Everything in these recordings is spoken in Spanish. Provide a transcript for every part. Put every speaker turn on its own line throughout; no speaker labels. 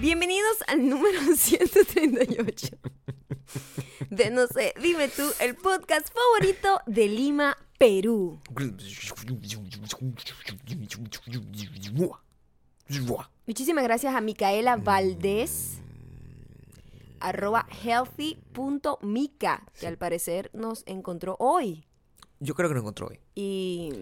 Bienvenidos al número 138 de No sé, dime tú, el podcast favorito de Lima, Perú. Muchísimas gracias a Micaela Valdés, arroba healthy.mica, que al parecer nos encontró hoy.
Yo creo que no encontró hoy.
¿Y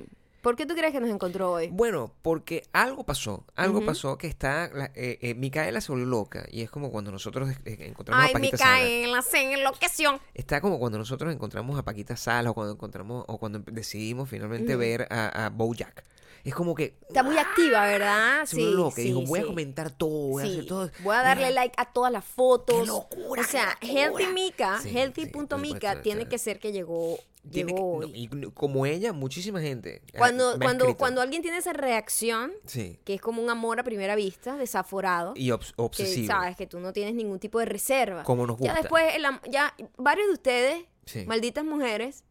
por qué tú crees que nos encontró hoy?
Bueno, porque algo pasó, algo pasó que está, la- eh, eh, Micaela se volvió loca y es como cuando nosotros eh, encontramos a
Ay,
Paquita Salas.
Micaela, se enloqueció.
Está como cuando nosotros encontramos a Paquita Salas o cuando encontramos o cuando em, decidimos finalmente ver a, a BoJack. Es como que
Está muy activa, ¿verdad?
se volvió loca y dijo, voy a
Ah, sí.
comentar todo, voy a hacer
Sí,
todo.
Voy a darle
Mira,
like a todas las fotos.
¡Qué locura,
O sea,
qué locura!
Healthy Mica,
Sí, sí, pues, por
Healthy.mica
supuesto, está-
tiene que ser que llegó,
tiene que-
llegó
no,
hoy.
y como ella, muchísima gente. eh,
Cuando,
me ha
cuando,
escrito.
cuando alguien tiene esa reacción,
Sí.
que es como un amor a primera vista, desaforado,
Y obs-
que
obsesivo.
sabes que tú no tienes ningún tipo de reserva.
Como nos
Ya
gusta.
después, el am- ya varios de ustedes,
Sí.
malditas mujeres,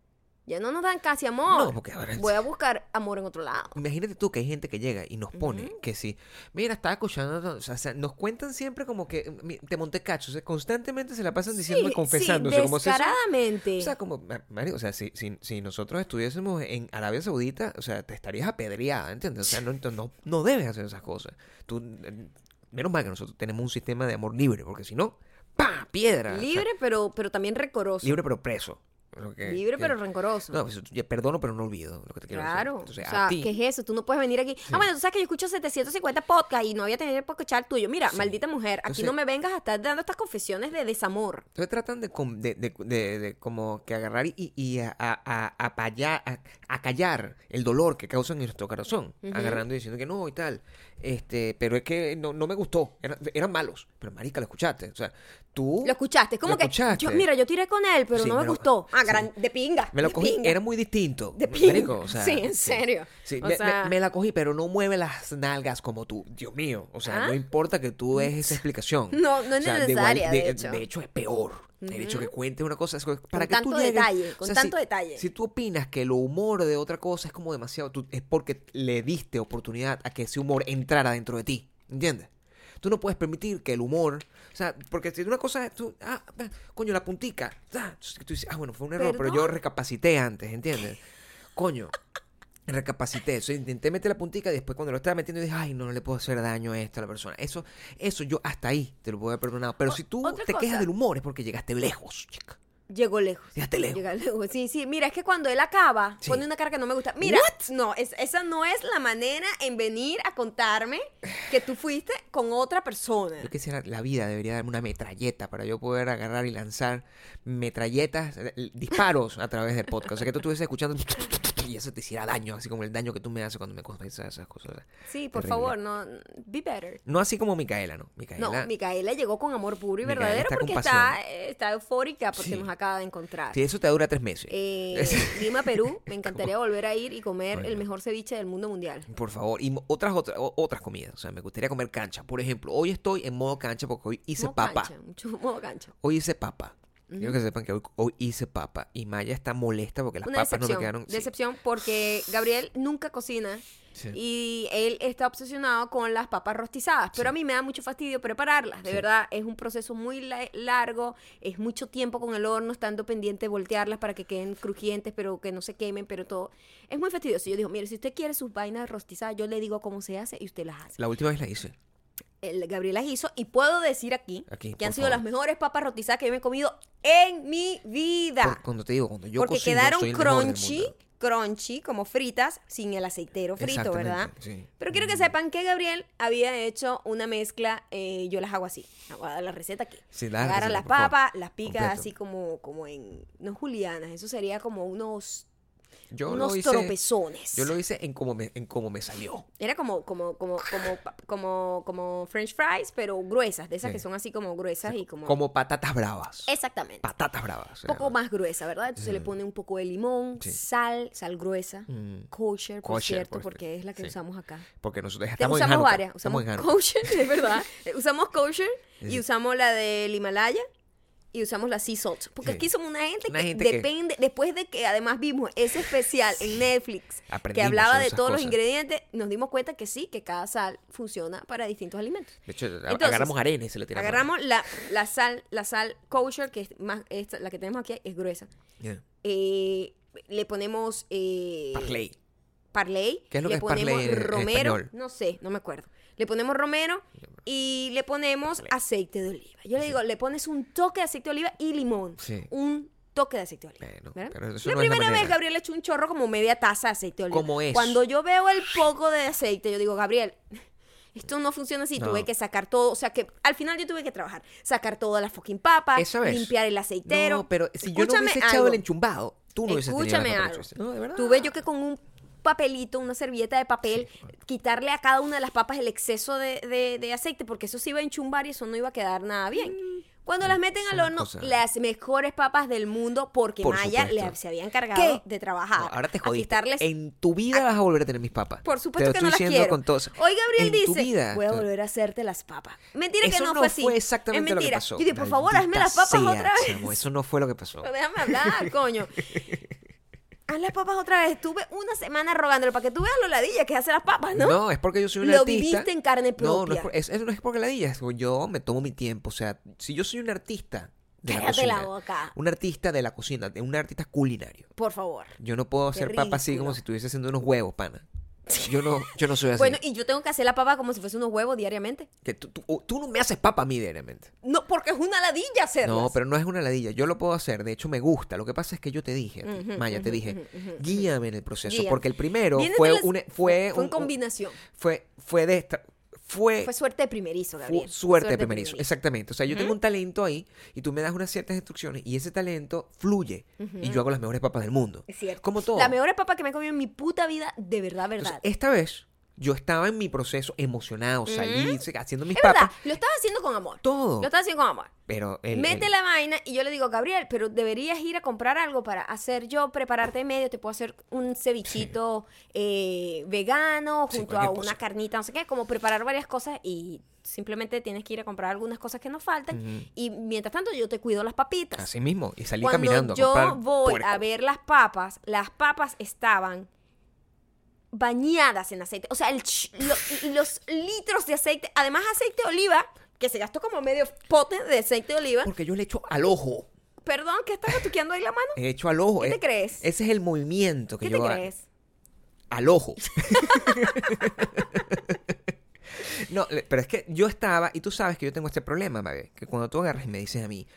ya no nos dan casi amor.
No, pues. porque ahora-
Voy a buscar amor en otro lado.
Imagínate tú que hay gente que llega y nos pone que sí, mira, estaba escuchando, o sea, o sea, nos cuentan siempre como que mi- te monté cacho, o sea, constantemente se la pasan diciendo,
sí,
confesándose,
sí,
como si eso-
descaradamente.
o sea, como, ma- Mario, o sea, si, si, si nosotros estuviésemos en Arabia Saudita, o sea, te estarías apedreada, ¿entiendes? O sea, no, no, no debes hacer esas cosas. Tú, eh, menos mal que nosotros tenemos un sistema de amor libre, porque si no, ¡pa! ¡Piedra! O sea,
libre, pero, pero también recoroso.
libre pero preso. Lo que-
Libre
que-
pero rencoroso.
No, pues, yo perdono pero no olvido lo que te quiero decir.
claro.
Entonces,
o
a
sea,
ti-
¿qué es eso? Tú no puedes venir aquí. Ah, bueno, tú sabes que yo escucho 750 podcasts y no había tenido por escuchar el tuyo. Mira, maldita mujer, aquí
Entonces-
no me vengas a estar dando estas confesiones de desamor.
Entonces tratan de, com- de, de- de- de como que agarrar y, y a, a- a- a palla- a- a callar el dolor que causan en nuestro corazón. Agarrando y diciendo que no y tal. Este, pero es que no, no me gustó. Era- eran malos. Pero marica, lo escuchaste. O sea, tú...
Lo escuchaste, es como
Uh, lo
que
escuchaste.
yo- mira, yo tiré con él, pero
Sí,
no me
me lo-
gustó. Ah,
sí.
gran- de pinga.
Me lo
de
cogí,
pinga.
era muy distinto.
De
marico,
pinga.
o sea,
Sí, en serio.
Sí,
O
me, me-
sea-
me la cogí, pero no mueve las nalgas como tú. Dios mío. O sea,
¿Ah?
no importa que tú des esa explicación.
No, no es
de
necesaria, de
de,
hecho.
es peor. De hecho, que cuente una cosa. es Para que
tanto
tú llegues-
detalle, con tanto
si,
detalle.
Si tú opinas que el humor de otra cosa es como demasiado. tú- es porque le diste oportunidad a que ese humor entrara dentro de ti. ¿Entiendes? Tú no puedes permitir que el humor. O sea, porque si una cosa. Tú, ah, ah, coño, la puntica. ah, tú dices, ah, bueno, fue un error, pero yo
¿Perdón?
recapacité antes, ¿entiendes? Coño. Recapacité eso, intenté meter la puntica y después cuando lo estaba metiendo dije, ay, no, no le puedo hacer daño a esta a la persona. Eso, eso yo hasta ahí te lo puedo haber perdonado. Pero si tú
otra
te
cosa.
quejas del humor es porque llegaste lejos, chica.
Llegó lejos.
Llegaste lejos.
Llega lejos. Sí, sí. Mira, es que cuando él acaba,
Sí.
pone una cara que no me gusta. Mira, no, es- esa no es la manera en venir a contarme que tú fuiste con otra persona.
Yo quisiera, la vida debería darme una metralleta para yo poder agarrar y lanzar metralletas, eh, eh, disparos a través del podcast. O sea, que tú estuvieses escuchando y eso te hiciera daño, así como el daño que tú me haces cuando me confiesas esas cosas.
Sí, por
Terrible.
favor, no, be better.
No así como Micaela, ¿no? Micaela.
No, Micaela llegó con amor puro y
Micaela
verdadero
está con
porque está, eh, está eufórica porque
Sí.
nos acaba de encontrar.
Si eso te dura tres meses.
Eh,
Es-
Lima, Perú, me encantaría volver a ir y comer
Coño.
el mejor ceviche del mundo mundial.
Por favor, y mo- otras, otras, o- otras comidas. O sea, me gustaría comer cancha. Por ejemplo, hoy estoy en modo cancha porque hoy hice
Modo
papa.
cancha, mucho modo cancha.
Hoy hice papa. Quiero que sepan que hoy, hoy hice papa. Y Maya está molesta porque las
Una
papas no
decepción,
me quedaron. sí.
decepción porque Gabriel nunca cocina
Sí.
y él está obsesionado con las papas rostizadas, pero a mí me da mucho fastidio prepararlas, de
Sí.
verdad, es un proceso muy la- largo, es mucho tiempo con el horno, estando pendiente de voltearlas para que queden crujientes, pero que no se quemen, pero todo, es muy fastidioso. Yo digo, mire, si usted quiere sus vainas rostizadas, yo le digo cómo se hace y usted las hace.
La última vez la hice.
el Gabriel las hizo y puedo decir aquí,
Aquí,
que
por
han sido
favor.
las mejores papas rotizadas que yo me he comido en mi vida.
Por- cuando te digo, cuando yo
porque
cocino,
quedaron
soy el mejor del
crunchy,
mundo.
crunchy, como fritas, sin el aceitero frito,
Exactamente,
¿verdad?
sí. Mm.
Pero quiero que sepan que Gabriel había hecho una mezcla, eh, yo las hago así, voy a dar la receta aquí.
Sí, da la
Agarra
receta,
las
por favor.
papas, las picas
Completo.
así como, como en, no julianas, eso sería como unos,
Yo
unos
lo hice,
tropezones.
Yo lo hice en como me, en como me salió.
Era como, como, como, como, pa- como, como French fries, pero gruesas, de esas
Sí.
que son así como gruesas y como.
Como Ah, patatas bravas.
Exactamente.
Patatas bravas.
Un poco más gruesa, ¿verdad? Entonces le pone un poco de limón,
Mm. Sí. Mm.
sal, sal gruesa, kosher, por
Kosher,
cierto,
por-
porque es la que
sí.
usamos acá.
Porque nosotros
Te-
estamos en
usamos
Hanukkah,
varias,
Estamos
usamos
en Hanukkah.
kosher, es verdad. Eh, Usamos kosher y
Sí.
usamos la del Himalaya y usamos la sea salt. Porque
Sí.
aquí somos una gente
Una
que
gente que-
depende, después de que además vimos ese especial en Netflix que
Aprendimos
hablaba
sobre
de
esas
todos los
cosas.
ingredientes, nos dimos cuenta que sí, que cada sal funciona para distintos alimentos.
De hecho, a-
Entonces,
agarramos arena y se le tiramos.
Agarramos la, la sal, la sal kosher, que es más, esta- la que tenemos aquí es gruesa.
Yeah.
Eh, le ponemos eh,
Parley.
Parley.
¿Qué es lo
le
que es
ponemos
Parley en- en
romero.
español?
no sé, no me acuerdo. Le ponemos romero y le ponemos aceite de oliva. Yo le digo, le pones un toque de aceite de oliva y limón.
Sí.
Un toque de aceite de oliva.
Bueno,
¿verdad?
pero eso
la
no es la
primera vez
manera.
Gabriel echó un chorro como media taza de aceite de oliva.
¿Cómo es?
Cuando yo veo el poco de aceite, yo digo, Gabriel, esto no funciona así.
No.
Tuve que sacar todo. O sea que al final yo tuve que trabajar. Sacar toda la fucking papa,
Esa vez.
limpiar el aceitero.
No, pero si yo no
Escúchame
hubiese echado
algo.
el enchumbado, tú no hubieses tenido la
Escúchame
mejor
algo.
noche. No, de verdad.
Tuve yo que con un papelito, una servilleta de papel, quitarle a cada una de las papas el exceso de, de- de aceite, porque eso se iba a enchumbar y eso no iba a quedar nada bien.
Mm,
Cuando las meten al
son
horno,
cosas-
las mejores papas del mundo, porque
Por
Maya le-
supuesto.
se había encargado
¿Qué?
de trabajar.
No, ahora te
a
jodiste.
quitarles-
En tu vida vas a volver a tener mis papas.
por supuesto
te
que
lo
no las
estoy
quiero.
diciendo con todos.
Hoy Gabriel
en
dice,
Tu vida,
voy a
tú-
volver a hacerte las papas. Mentira que
Eso
no,
no
fue así.
fue
es
exactamente
mentira.
lo que pasó.
Yo dije, por favor, hazme las
Maldita
papas
sea,
otra vez.
chamo, eso no fue lo que pasó.
Pero déjame hablar, coño. Haz las papas otra vez. Estuve una semana rogándolo para que tú veas lo ladilla que hace las papas, ¿no?
¿no? es porque yo soy un
Lo
artista.
viviste en carne
No, no es,
propia.
por- es- eso no es porque la diga. es porque Yo me tomo mi tiempo. O sea, si yo soy un artista de la
Cállate la
cocina.
boca.
Un artista de la cocina, de un artista culinario.
Por favor.
Yo no puedo hacer papas así
ridículo.
como si estuviese haciendo unos huevos, pana. Yo no, yo no soy así.
Bueno, y yo tengo que hacer la papa como si fuese unos huevos diariamente.
que tú, tú- tú no me haces papa a mí diariamente.
No, porque es una ladilla hacerlas.
No, pero no es una ladilla. Yo lo puedo hacer. De hecho, me gusta. Lo que pasa es que yo te dije, a ti, Maya, te dije, guíame en el proceso.
Guía.
Porque el primero
Vienen
fue,
de las-
un, fue,
fue
un-
en combinación.
fue, fue de esta. Fue,
Fue suerte de primerizo,
fu-
Gabriel.
suerte
de
de primerizo. Exactamente. O sea, yo tengo un talento ahí y tú me das unas ciertas instrucciones y ese talento fluye y yo hago las mejores papas del mundo.
Es cierto.
Como todo.
La mejor papa que me he comido en mi puta vida, de verdad, verdad.
Entonces, esta vez yo estaba en mi proceso emocionado, salí se- haciendo mis
es verdad,
papas,
lo estás haciendo con amor.
todo.
Lo estás haciendo con amor.
Pero el,
Mete
el-
la vaina y yo le digo, Gabriel, pero deberías ir a comprar algo para hacer yo, prepararte de medio, te puedo hacer un cevichito eh, vegano
Sí,
junto a
cualquier
una
cosa.
carnita, no sé qué, como preparar varias cosas y simplemente tienes que ir a comprar algunas cosas que nos faltan y mientras tanto yo te cuido las papitas.
así mismo y salí
Cuando
caminando. a
yo
comprar
voy a
puerco.
ver las papas, las papas estaban bañadas en aceite. O sea, el ch- lo- los litros de aceite, además aceite de oliva, que se gastó como medio pote de aceite de oliva.
Porque yo le echo al ojo.
Perdón, ¿qué estás batuqueando ahí la mano?
He hecho al ojo.
¿Qué te
eh.
crees?
Ese es el movimiento que
¿Qué
yo
te
hago.
crees?
Al ojo. no, le- pero es que yo estaba, y tú sabes que yo tengo este problema, Mabe, que cuando tú agarras y me dices a mí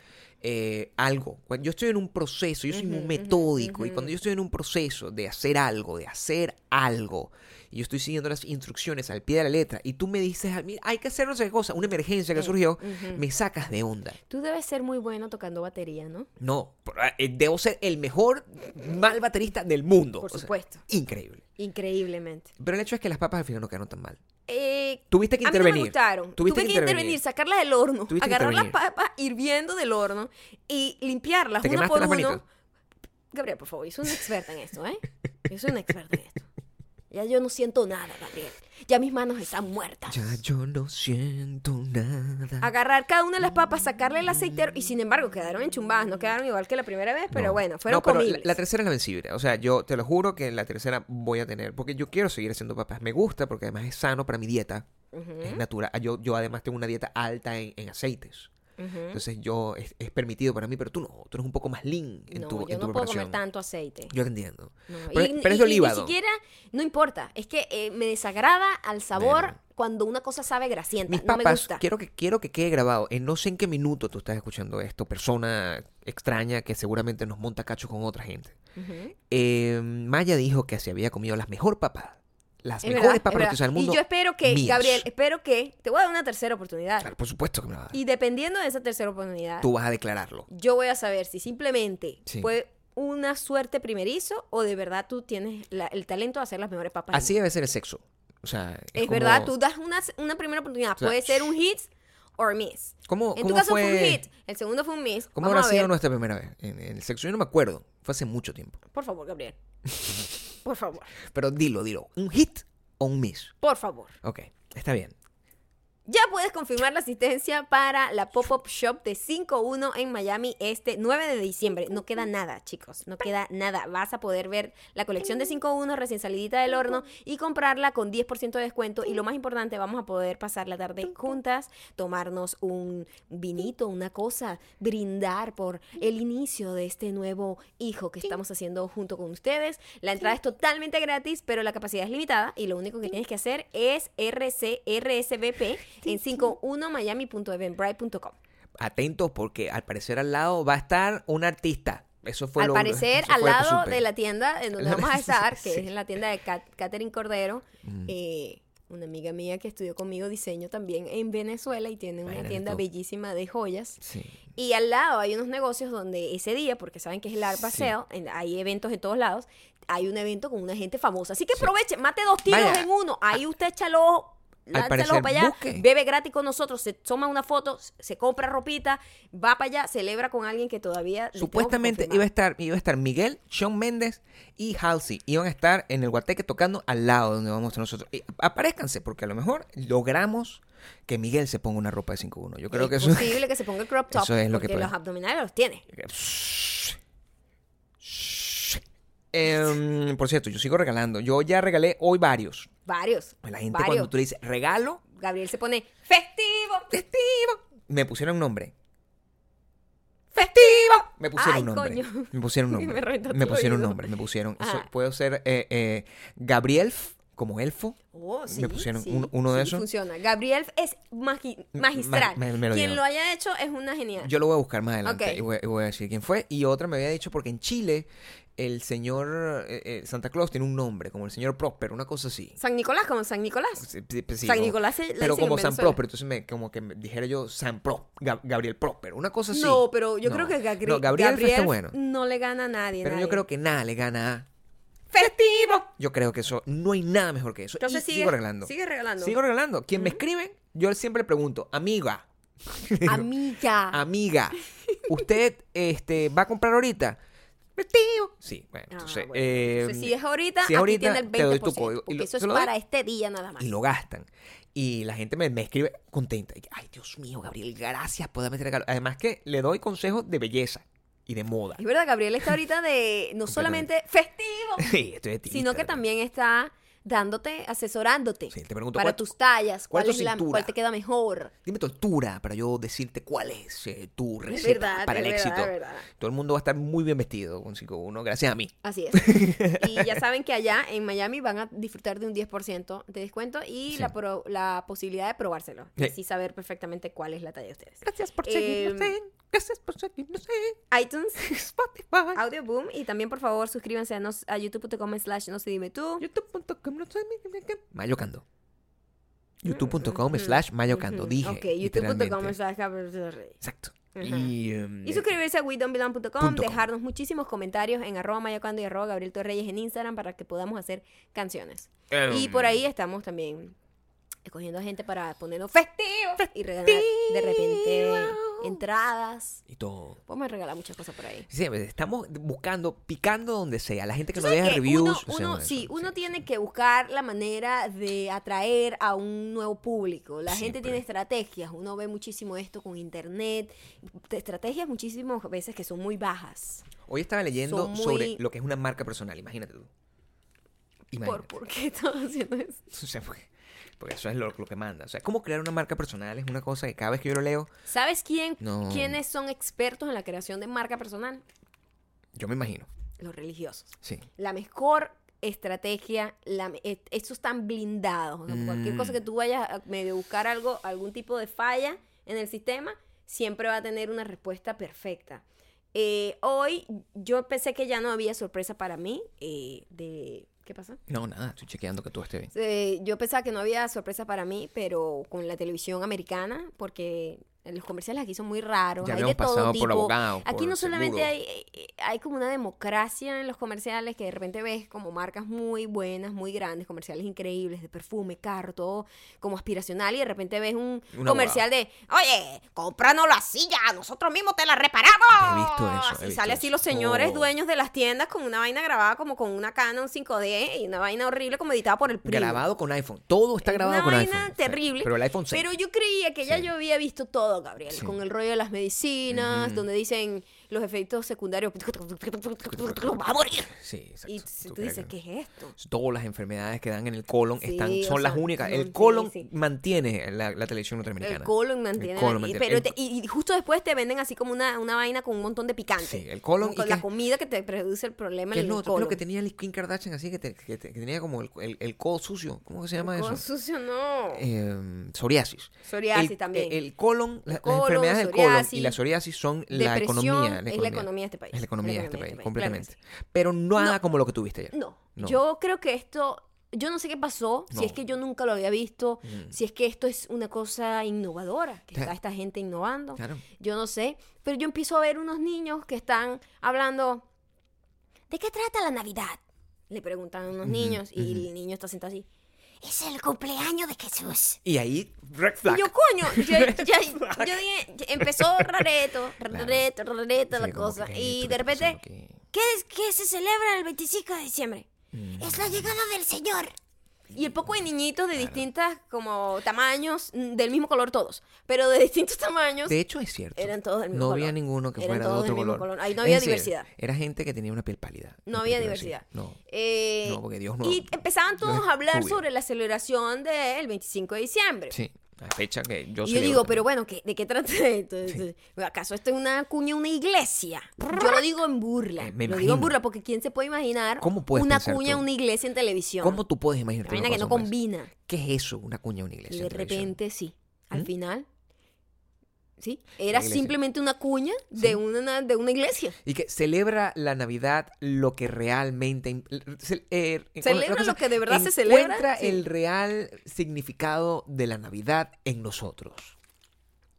eh, algo, cuando yo estoy en un proceso, yo soy muy metódico, y cuando yo estoy en un proceso de hacer algo, de hacer algo, y yo estoy siguiendo las instrucciones al pie de la letra, y tú me dices a mí, hay que hacer no sé qué cosa, una emergencia que surgió, me sacas de onda.
Tú debes ser muy bueno tocando batería, ¿no?
No, por- eh, debo ser el mejor mal baterista del mundo.
Por
O sea,
supuesto.
increíble.
Increíblemente.
Pero el hecho es que las papas al final no quedaron tan mal.
Eh,
Tuviste que
a mí no
intervenir.
me gustaron.
Tuviste
Tuve
que
que intervenir,
intervenir.
sacarlas del horno,
Tuviste que
agarrar las
intervenir.
papas hirviendo del horno y limpiarlas
¿Te
una
quemaste
por
las
uno.
manitas?
Gabriel, por favor, yo soy una experta en esto, ¿eh? Yo soy una experta en esto. Ya yo no siento nada, Gabriel. Ya mis manos están muertas.
Ya yo no siento nada.
Agarrar cada una de las papas, sacarle el aceitero y sin embargo quedaron enchumbadas, no quedaron igual que la primera vez, pero
No.
bueno, fueron
No, pero la-
comibles.
La, tercera es la vencible. O sea, yo te lo juro que la tercera voy a tener. Porque yo quiero seguir haciendo papas. Me gusta porque además es sano para mi dieta. Es natural. Ah, Yo, yo además tengo una dieta alta en, en aceites.
Ujú.
Entonces yo es, es permitido para mí, pero tú no, tú eres un poco más lean en
no,
tu,
yo
en tu
no puedo
preparación.
comer tanto aceite.
Yo te entiendo.
No,
Pero,
y-
pero
y-
es
y
de oliva.
Ni siquiera, no importa. Es que eh, me desagrada al sabor
Bueno.
cuando una cosa sabe grasienta.
Mis
no me
papas,
gusta.
quiero que quiero que quede grabado. En no sé en qué minuto tú estás escuchando esto, persona extraña que seguramente nos monta cacho con otra gente.
Ujú.
Eh, Maya dijo que se había comido las mejor papas, las
Es
mejores
verdad, es
papas
verdad.
rostizas del mundo.
Y yo espero que,
mías.
Gabriel, espero que te voy a dar una tercera oportunidad.
Claro, por supuesto que me la vas a dar.
Y dependiendo de esa tercera oportunidad,
Tú vas a declararlo.
yo voy a saber si simplemente
Sí.
fue una suerte primerizo o de verdad tú tienes la- el talento de hacer las mejores papas. del
Así debe ser el sexo. O sea,
Es
como-
verdad, tú das una, una primera oportunidad.
sea,
Puede ser un hit or miss.
¿Cómo,
En tu
cómo
caso fue... un
fue-
hit, el segundo fue un miss.
¿Cómo
Vamos
habrá
a
sido
ver.
nuestra primera vez en, en el sexo? Yo no me acuerdo. Fue hace mucho tiempo.
Por favor, Gabriel. Por favor,
Pero dilo, dilo. ¿Un hit o un miss?
por favor.
Ok, está bien.
Ya puedes confirmar la asistencia para la pop-up shop de 5-1 en Miami este 9 de diciembre. No queda nada, chicos, no queda nada. Vas a poder ver la colección de 5-1 recién salidita del horno y comprarla con 10% de descuento. Y lo más importante, vamos a poder pasar la tarde juntas, tomarnos un vinito, una cosa, brindar por el inicio de este nuevo hijo que estamos haciendo junto con ustedes. La entrada es totalmente gratis, pero la capacidad es limitada y lo único que tienes que hacer es RCRSVP en 51miami.eventbrite.com.
Atentos porque al parecer al lado va a estar un artista. Eso fue
Al
lo
parecer,
eso
al
fue lo que
lado
supe.
de la tienda en donde
La-
vamos a estar, que
sí. Mm.
es en la tienda de Cat- Catherine Cordero, eh, una amiga mía que estudió conmigo diseño también en Venezuela y tiene una
Imagínate
tienda
tú.
bellísima de joyas.
Sí.
Y al lado hay unos negocios donde ese día, porque saben que es el Art
Sí.
Basel, en- hay eventos en todos lados, hay un evento con una gente famosa. Así que aproveche, mate dos tiros
Vaya.
en uno. Ahí usted echa el ojo, lanza el ojo
parecer,
para allá,
busque.
bebe gratis con nosotros, se toma una foto, se compra ropita, va para allá, celebra con alguien que todavía... le tengo que
Supuestamente
confirmar.
iba a estar iba a estar Miguel, Sean Méndez y Halsey. Iban a estar en el Guateque tocando al lado donde vamos a estar nosotros. Y aparézcanse, porque a lo mejor logramos que Miguel se ponga una ropa de 5-1. Yo creo que
es
eso.
posible que se ponga el crop top
Eso es lo que
porque
puede-
los abdominales los tiene.
Em, por cierto, yo sigo regalando. Yo ya regalé hoy varios.
Varios.
Pues La gente
varios.
cuando tú le dices regalo,
Gabriel se pone festivo,
me pusieron nombre.
festivo.
Me pusieron
Ay,
un nombre.
coño.
Me pusieron un
Me
nombre.
reventó
me
tu
pusieron un
oído.
nombre. Me pusieron. eso-
Ajá.
puedo ser eh, eh, Gabriel F, como elfo.
Oh, sí,
Me pusieron
sí,
un- uno de
sí,
esos.
Funciona. Gabriel es magi- magistral.
ma- me lo
Quien
dieron.
lo haya hecho es una genial.
Yo lo voy a buscar más adelante
Ok.
y, voy, y voy a decir quién fue. Y otra me había dicho porque en Chile el señor eh, eh, Santa Claus tiene un nombre, como el señor Próspero, una cosa así.
San Nicolás, como San Nicolás.
Sí, sí, sí,
San
como-
Nicolás se- le
Pero
dicen en
como San
Venezuela.
Próspero, entonces me, como que me dijera yo San Pro, Ga- Gabriel Próspero, una cosa así.
No, pero yo
No.
creo que Gabri-
No, Gabriel, F está bueno.
no le gana a nadie.
Pero yo
nadie.
creo que nada le gana a
festivo.
Yo creo que eso, no hay nada mejor que eso.
Entonces
y
sigue,
sigo regalando.
Sigue regalando.
Sigo regalando. Quien me escribe, yo siempre le pregunto, amiga,
Amiga.
Ah, amiga, ¿usted este, va a comprar ahorita? Tío. Sí, bueno,
Ah,
entonces.
bueno.
eh,
Entonces, si es ahorita,
si es ahorita,
aquí tiene
te
el 20%.
doy tu código. Y
Porque
lo-
eso es
se lo doy.
para este día nada más.
y lo gastan. Y la gente me, me escribe contenta. Y que, Ay, Dios mío, Gabriel, gracias por darme este regalo. Además que le doy consejos de belleza y de moda.
Es verdad, Gabriel está ahorita de no solamente festivo,
Sí, estoy de
sino que
tirita.
también está dándote, asesorándote
Sí, te pregunto,
para
¿cuál-
tus tallas,
cuál
cuál,
es
es
tu
la-
cintura?
cuál te queda mejor.
Dime tu altura para yo decirte cuál es eh, tu
Es
receta
verdad,
para
es
el
verdad,
éxito.
es verdad.
Todo el mundo va a estar muy bien vestido con 5-1, gracias a mí.
Así es. Y ya saben que allá en Miami van a disfrutar de un 10% de descuento y
Sí.
la, pro- la posibilidad de probárselo. Y
Sí.
así saber perfectamente cuál es la talla de ustedes.
Gracias por
seguirnos
sé. Gracias por seguirnos en
iTunes,
Spotify.
Audio Boom y también por favor suscríbanse a, nos- a youtube.com slash no se dime tú.
YouTube.com Mayocando. YouTube.com slash Mayocando.
Ujú.
este Dije.
Mm, Ok,
literalmente.
youtube.com slash Gabriel Reyes.
Exacto.
Ajá.
Y, em,
Y suscribirse a WeDon'tBelong.com,
punto com.
dejarnos muchísimos comentarios en arroba mayocando y arroba Gabriel Torreyes en Instagram para que podamos hacer canciones.
em,
Y por ahí estamos también escogiendo a gente para ponernos festivos y regalar de repente entradas.
Y todo.
Podemos regalar muchas cosas por ahí.
Sí, estamos buscando, picando donde sea. La gente que nos
¿Sabes
deja
qué?
reviews.
uno,
o sea,
uno-
bueno,
sí,
eso,
uno
sí,
tiene
sí.
que buscar la manera de atraer a un nuevo público. La gente
Siempre.
tiene estrategias. Uno ve muchísimo esto con internet. Estrategias muchísimas veces que son muy bajas.
Hoy estaba leyendo
son muy-
sobre lo que es una marca personal. Imagínate tú.
¿Por,
Imagínate.
¿Por qué estamos haciendo eso?
O sea, porque, porque eso es lo, lo que manda. O sea, cómo crear una marca personal es una cosa que cada vez que yo lo leo,
¿Sabes quién,
No.
quiénes son expertos en la creación de marca personal?
yo me imagino.
Los religiosos.
Sí.
La mejor estrategia, la, me- et- estos están blindados. o sea, Cualquier
Mm.
cosa que tú vayas a medio buscar algo, algún tipo de falla en el sistema, siempre va a tener una respuesta perfecta. Eh, hoy yo pensé que ya no había sorpresa para mí eh, de... ¿Qué pasa?
No, nada, estoy chequeando que todo esté bien.
Eh, yo pensaba que no había sorpresa para mí, pero con la televisión americana, porque Los comerciales aquí son muy raros.
Ya
hay de
habíamos
todo
pasado por
tipo.
abogados,
aquí
por
no solamente
seguro.
hay, eh, hay como una democracia en los comerciales que de repente ves como marcas muy buenas, muy grandes, comerciales increíbles de perfume, carro, todo como aspiracional y de repente ves un
Un
comercial de, oye, cómpranos la silla, nosotros mismos te la reparamos.
He visto eso, he
Y
visto
sale así
eso.
los señores
Oh.
dueños de las tiendas con una vaina grabada como con una Canon 5D y una vaina horrible como editada por el primo.
Grabado con iPhone. Todo está grabado
Una
con
vaina
iPhone.
terrible.
Sí, Pero el iPhone 6.
Pero yo creía que ya
Sí.
yo había visto todo, Gabriel,
Sí.
con el rollo de las medicinas,
Ujú.
donde dicen los efectos secundarios. Va a morir.
Sí, exacto.
Y
Tú
tú,
crees
dices,
que-
¿qué es esto?
Todas las enfermedades que dan en el colon
Sí,
están,
o
son las
sea,
únicas.
no,
el
sí,
colon
sí.
mantiene la, la televisión norteamericana.
El colon mantiene.
El colon
la- y-
mantiene-
pero
el-
te- y, y justo después te venden así como una, una vaina con un montón de picante.
Sí, el colon
Como
y
Con
que-
la comida que te produce el problema
¿Qué
en
es
el
lo otro? ¿Qué es
colon.
lo que tenía el Kim Kardashian así? Que, te- que te- que tenía como el, el, el codo sucio. ¿Cómo que se llama
Con
eso?
sucio no.
Eh, psoriasis.
Psoriasis
El-
también.
El, colon, la-
colon,
las enfermedades del colon y
psoriasis,
la psoriasis son la
depresión,
economía,
es la economía de este país.
Es la economía de este país,
claro que
completamente. Pero nada
No.
como lo que tuviste ayer.
No,
No.
yo creo que esto, yo no sé qué pasó,
No.
si es que yo nunca lo había visto,
Mm.
si es que esto es una cosa innovadora, que
Te-
está esta gente innovando,
Claro.
yo no sé, pero yo empiezo a ver unos niños que están hablando, ¿de qué trata la Navidad? Le preguntan a unos
Ujú,
niños y
ujú.
el niño está sentado así. Es el cumpleaños de Jesús.
Y ahí, red flag.
Y yo, coño, yo, yo- yo dije, empezó rareto, rareto, rareto
Sí,
la
como
cosa.
que, ¿qué es
Y de
esto que está
repente,
pasando aquí?
¿Qué, es, ¿Qué se celebra el 25 de diciembre?
Mm.
Es la llegada del Señor. Y el poco de niñitos de distintas como tamaños, mm, del mismo color todos, pero de distintos tamaños.
De hecho, es cierto.
Eran todos del mismo
No
color.
había ninguno que
Eran
fuera de
todos del
otro
mismo
color.
color. Ahí no
Es
había
decir,
diversidad.
Era gente que tenía una piel pálida.
No
Lo
había
que quiero decir.
diversidad.
No.
Eh,
No, porque Dios no-
Y empezaban todos
Dios
a hablar
rubio.
sobre la celebración del 25 de diciembre.
Sí, la fecha que yo
Y yo
celebro
digo,
también.
pero bueno, ¿qué- ¿de qué trata esto? Pues, ¿Acaso esto es una cuña, una iglesia? Yo lo digo en burla.
Eh, me
lo digo en
imagino.
burla porque ¿quién se puede imaginar
¿Cómo puedes
una
pensar
cuña,
tú?
una iglesia en televisión?
¿Cómo tú puedes imaginarte
Una
una
vaina que no
cosa como esa?
combina.
¿Qué es eso? Una cuña, una iglesia.
Y de
en televisión?
repente sí. Al
¿Mm?
final, sí. Era
iglesia.
simplemente una cuña de,
Sí.
una, de una iglesia.
Y que celebra la Navidad lo que realmente. im- ce- eh,
Celebra
otra
lo que de verdad se celebra,
Encuentra
sí.
el real significado de la Navidad en nosotros.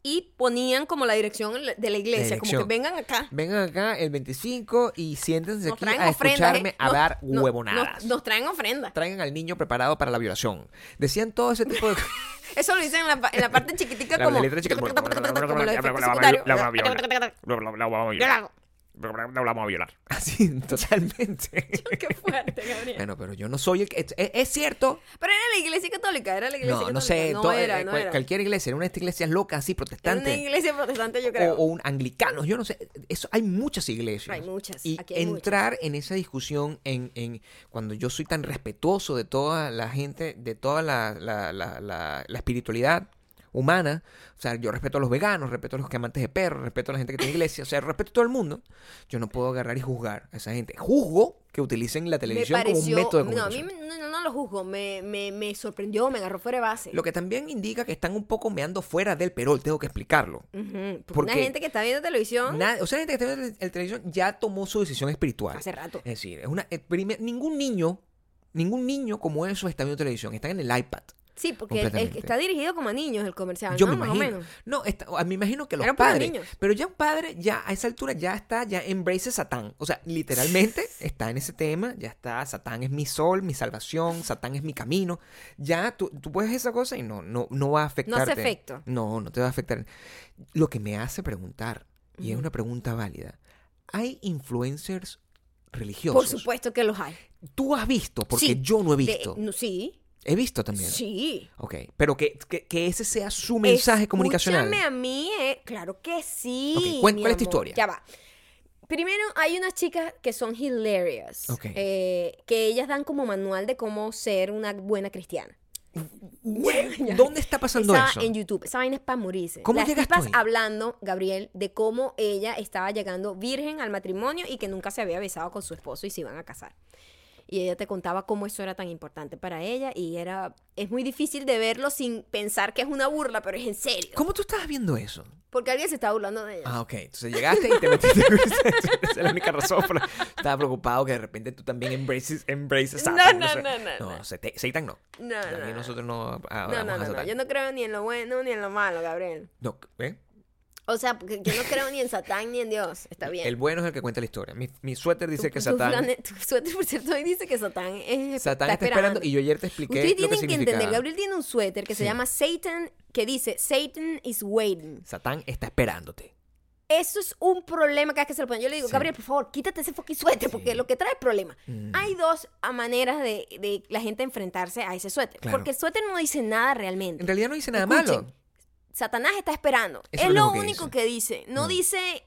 Y ponían como la dirección de la iglesia, como
dirección.
que vengan acá.
Vengan acá el 25 y siéntense
Nos
aquí
traen
a
ofrendas.
escucharme
¿eh?
a
Nos-
dar
no-
huevonadas.
Nos, nos traen ofrendas.
Traigan al niño preparado para la violación. Decían todo ese tipo de cosas.
Eso lo dicen en la, pa- en la parte chiquitica
La
como...
letra chiquita.
como los efectos
La vamos a
secundarios.
violar. La vamos a
Yo la
violar.
hago.
La vamos a violar.
Así, totalmente.
Qué fuerte, Gabriel.
bueno, pero yo no soy el que. Es, es cierto.
Pero era la iglesia católica, era la iglesia
No,
católica.
no sé.
no
todo-
era,
eh,
no
cual-
era.
Cualquier iglesia, era una de estas iglesias locas, así,
Era
protestantes.
una iglesia protestante, yo
o,
creo.
o un anglicano, yo no sé, eso hay muchas iglesias.
Hay muchas,
Y
aquí hay
entrar en esa discusión en, en cuando yo soy tan respetuoso de toda la gente, de toda la, la, la, la, la espiritualidad humana, o sea, yo respeto a los veganos, respeto a los que amantes de perros, respeto a la gente que tiene iglesia, o sea, respeto a todo el mundo. Yo no puedo agarrar y juzgar a esa gente. Juzgo que utilicen la televisión como un método de
no, a mí me-
comunicación.
no, no, no lo juzgo, me, me, me sorprendió, me agarró fuera de base.
Lo que también indica que están un poco meando fuera del perol, tengo que explicarlo.
Ujú, porque
porque-
una gente que está viendo televisión
Nadie- o sea, este la gente que está viendo el, el televisión ya tomó su decisión espiritual.
hace rato.
Es decir, es una, eh, primer- ningún niño, ningún niño como eso está viendo televisión, está en el iPad.
Sí, porque el- el-
completamente.
está dirigido como a niños el comercial,
Yo
¿no?
me
Más o
imagino.
menos.
No, está- a- me imagino que los
Eran puros
padres.
niños.
Pero ya un padre, ya a esa altura, ya está, ya embrace Satán. O sea, literalmente está en ese tema, ya está. Satán es mi sol, mi salvación, Satán es mi camino. Ya tú, tú puedes esa cosa y no, no, no va a afectarte.
efecto.
No, no te va a afectar. Lo que me hace preguntar, y es
Ujú.
una pregunta válida, ¿hay influencers religiosos?
Por supuesto que los hay.
Tú has visto, porque
Sí,
yo no he
De-
visto.
no, sí,
He visto también.
sí.
Ok, pero que, que, que ese sea su mensaje comunicacional.
Escúchame a mí, eh, claro que sí.
Ok, cuen-
mi
¿cuál es
amor.
tu historia?
Ya va. Primero, hay unas chicas que son hilarious.
Ok.
eh, que ellas dan como manual de cómo ser una buena cristiana. Ya.
¿Dónde está pasando
Estaba
eso?
en YouTube. Esa vaina es para morirse.
¿Cómo
Las
llegas tú
tipas
ahí?
hablando, Gabriel, de cómo ella estaba llegando virgen al matrimonio y que nunca se había besado con su esposo y se iban a casar. Y ella te contaba cómo eso era tan importante para ella y era... Es muy difícil de verlo sin pensar que es una burla, pero es en serio.
¿Cómo tú estabas viendo eso?
Porque alguien se está burlando de ella.
Ah, ok. Entonces llegaste y te metiste con ese- Esa es la única razón. por la- Estaba preocupado que de repente tú también embraces, embraces
No,
Satan.
no,
sé.
no, no,
No,
no.
se- te- Satan no.
No,
Aquí
no, no.
nosotros no ah,
No,
hablamos
no,
a
no, no.
Satán.
Yo no creo ni en lo bueno ni en lo malo, Gabriel.
No, ¿eh?
O sea, porque yo no creo ni en Satán ni en Dios. Está bien.
El bueno es el que cuenta la historia. Mi, mi suéter dice
Tu-
que
tu
Satán.
flane- tu suéter, por cierto, hoy dice que Satán es.
Satán está esperando. Y yo ayer te expliqué
Ustedes
lo que
tienen que,
significa.
entender. Gabriel tiene un suéter que se
Sí.
llama Satan, que dice Satan is waiting.
Satán está esperándote.
Eso es un problema cada vez que se lo ponen. Yo le digo,
Sí.
Gabriel, por favor, quítate ese fucking suéter, porque lo que trae es problema.
Mm.
Hay dos ah, maneras de, de la gente enfrentarse a ese suéter.
Claro.
porque el suéter no dice nada realmente.
En realidad no dice nada
Escuchen,
malo.
Satanás está esperando. es
Eso es lo
lo
único que
único
dice. Mm.
que dice. No dice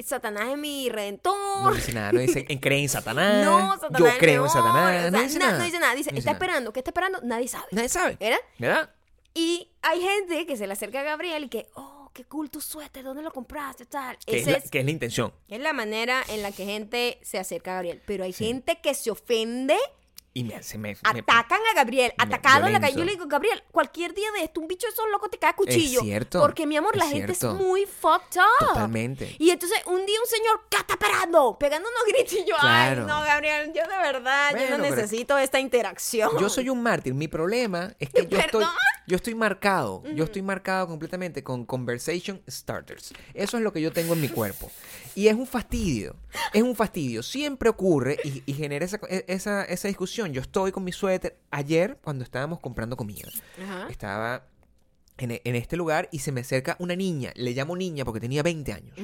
Satanás es mi redentor.
No dice nada. No dice en- cree en Satanás.
No, Satanás.
Yo
no.
creo en
O
Satanás.
sea,
no dice
na-
nada.
no dice nada. Dice,
No
está
nada.
esperando. ¿Qué está esperando? Nadie sabe.
Nadie sabe.
¿Verdad?
¿Verdad?
Y hay gente que se le acerca a Gabriel y que, oh, qué cool tu suéter, ¿dónde lo compraste? Tal.
Que es,
Esa
la,
es,
que es la intención.
es la manera en la que gente se acerca a Gabriel. Pero hay gente que se ofende,
Y me, se me, me-
atacan a Gabriel,
me
atacado en la calle.
violento.
Yo le digo, Gabriel, cualquier día de esto, un bicho de esos locos te cae a cuchillo.
cierto,
Porque, mi amor,
es
la gente es
cierto.
muy fucked up.
Totalmente.
Y entonces un día un señor, ¿qué está esperando? Pegando unos gritos y yo,
Claro.
ay, no, Gabriel, yo de verdad, yo no
Bueno, pero-
necesito esta interacción.
Yo soy un mártir. Mi problema es que yo estoy,
¿Perdón? Mm.
yo estoy marcado. Yo estoy marcado completamente con conversation starters. Eso es lo que yo tengo en mi cuerpo. Y es un fastidio. Es un fastidio. Siempre ocurre y, y genera esa, e, esa, esa discusión. Yo estoy con mi suéter. Ayer, cuando estábamos comprando comida,
Ajá.
estaba en, en este lugar y se me acerca una niña. Le llamo niña porque tenía 20 años.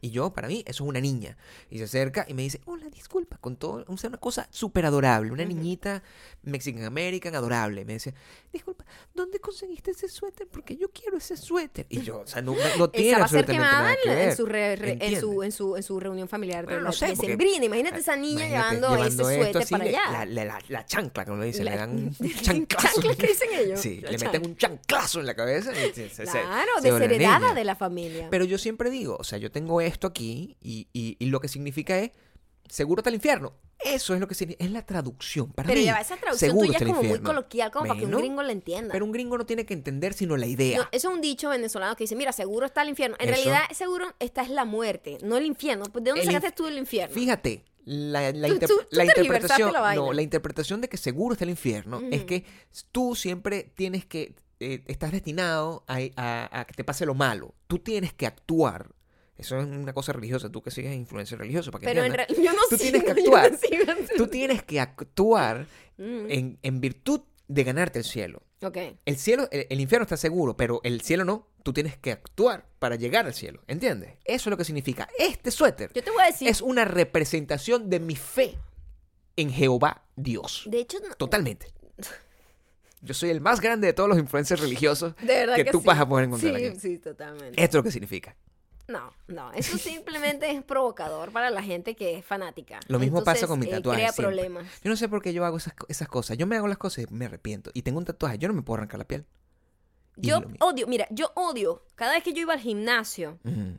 Y yo, para mí, eso es una niña. Y se acerca y me dice, hola, disculpa, con todo, o sea, una cosa súper adorable. Una niñita Mexican American adorable. Me dice, disculpa, ¿dónde conseguiste ese suéter? Porque yo quiero ese suéter. Y yo, o sea, no, no- no tiene
Esa va a ser
absolutamente
quemada
nada
en,
que
la-
ver.
en su re- re- en,
¿Entiendes?
su, en, su, en su reunión familiar
Bueno,
de
no
la
sé, porque-
decembrina. Imagínate esa niña
Imagínate,
llevando, ese
esto
suéter
así,
para
le-
allá.
La, la- la chancla, como lo dicen,
La-
le dan un chanclazo.
chancla que dicen ellos.
Sí,
La
le
chancla.
meten un chanclazo en la cabeza. y se- se- se-
claro,
se vuelve
desheredada
niña.
de la familia.
Pero yo siempre digo, o sea, yo tengo esto aquí y, y- y lo que significa es seguro está el infierno. Eso es lo que significa, es la traducción para
Pero
mí.
ya va, esa traducción
seguro
tuya es
está el
como muy
infierno.
coloquial, como para que un
Bueno,
gringo la entienda.
Pero un gringo no tiene que entender sino la idea.
No, eso es un dicho venezolano que dice, mira, seguro está el infierno. En
Eso.
realidad, seguro esta es la muerte, no el infierno. ¿De dónde
El
sacaste
inf-
tú el infierno?
Fíjate, la, la
Tú-
inter-
tú- tú
la
tergiversaste
interpretación.
la vaina.
no, la interpretación de que seguro está el infierno es que tú siempre tienes que. eh, estás destinado a, a- a que te pase lo malo. Tú tienes que actuar. Eso es una cosa religiosa. Tú que sigues influencia religiosa. Para que
Pero en
entiendas.
realidad, yo no
Tú
sigo,
tienes que
yo no
actuar.
sigo.
Tú eh, tienes que actuar
Mm,
en, en virtud de ganarte el cielo.
ok.
El cielo, el, el infierno está seguro, pero el cielo no. Tú tienes que actuar para llegar al cielo. ¿Entiendes? Eso es lo que significa. Este suéter
Yo te voy a decir.
es una representación de mi fe en Jehová Dios.
De hecho, no-
Totalmente. Yo soy el más grande de todos los influencers religiosos
de verdad
que,
que,
tú
sí.
vas a poder encontrar
Sí,
aquí.
sí, totalmente.
Esto es lo que significa.
No, no, eso simplemente es provocador para la gente que es fanática.
Lo mismo pasa con mi
Entonces, eh,
tatuaje.
crea
siempre.
problemas.
Yo no sé por qué yo hago esas, co- esas cosas. Yo me hago las cosas y me arrepiento. Y tengo un tatuaje. Yo no me puedo arrancar la piel. Y
Yo
lo mismo.
odio, mira, yo odio cada vez que yo iba al gimnasio
Ujú. Mm.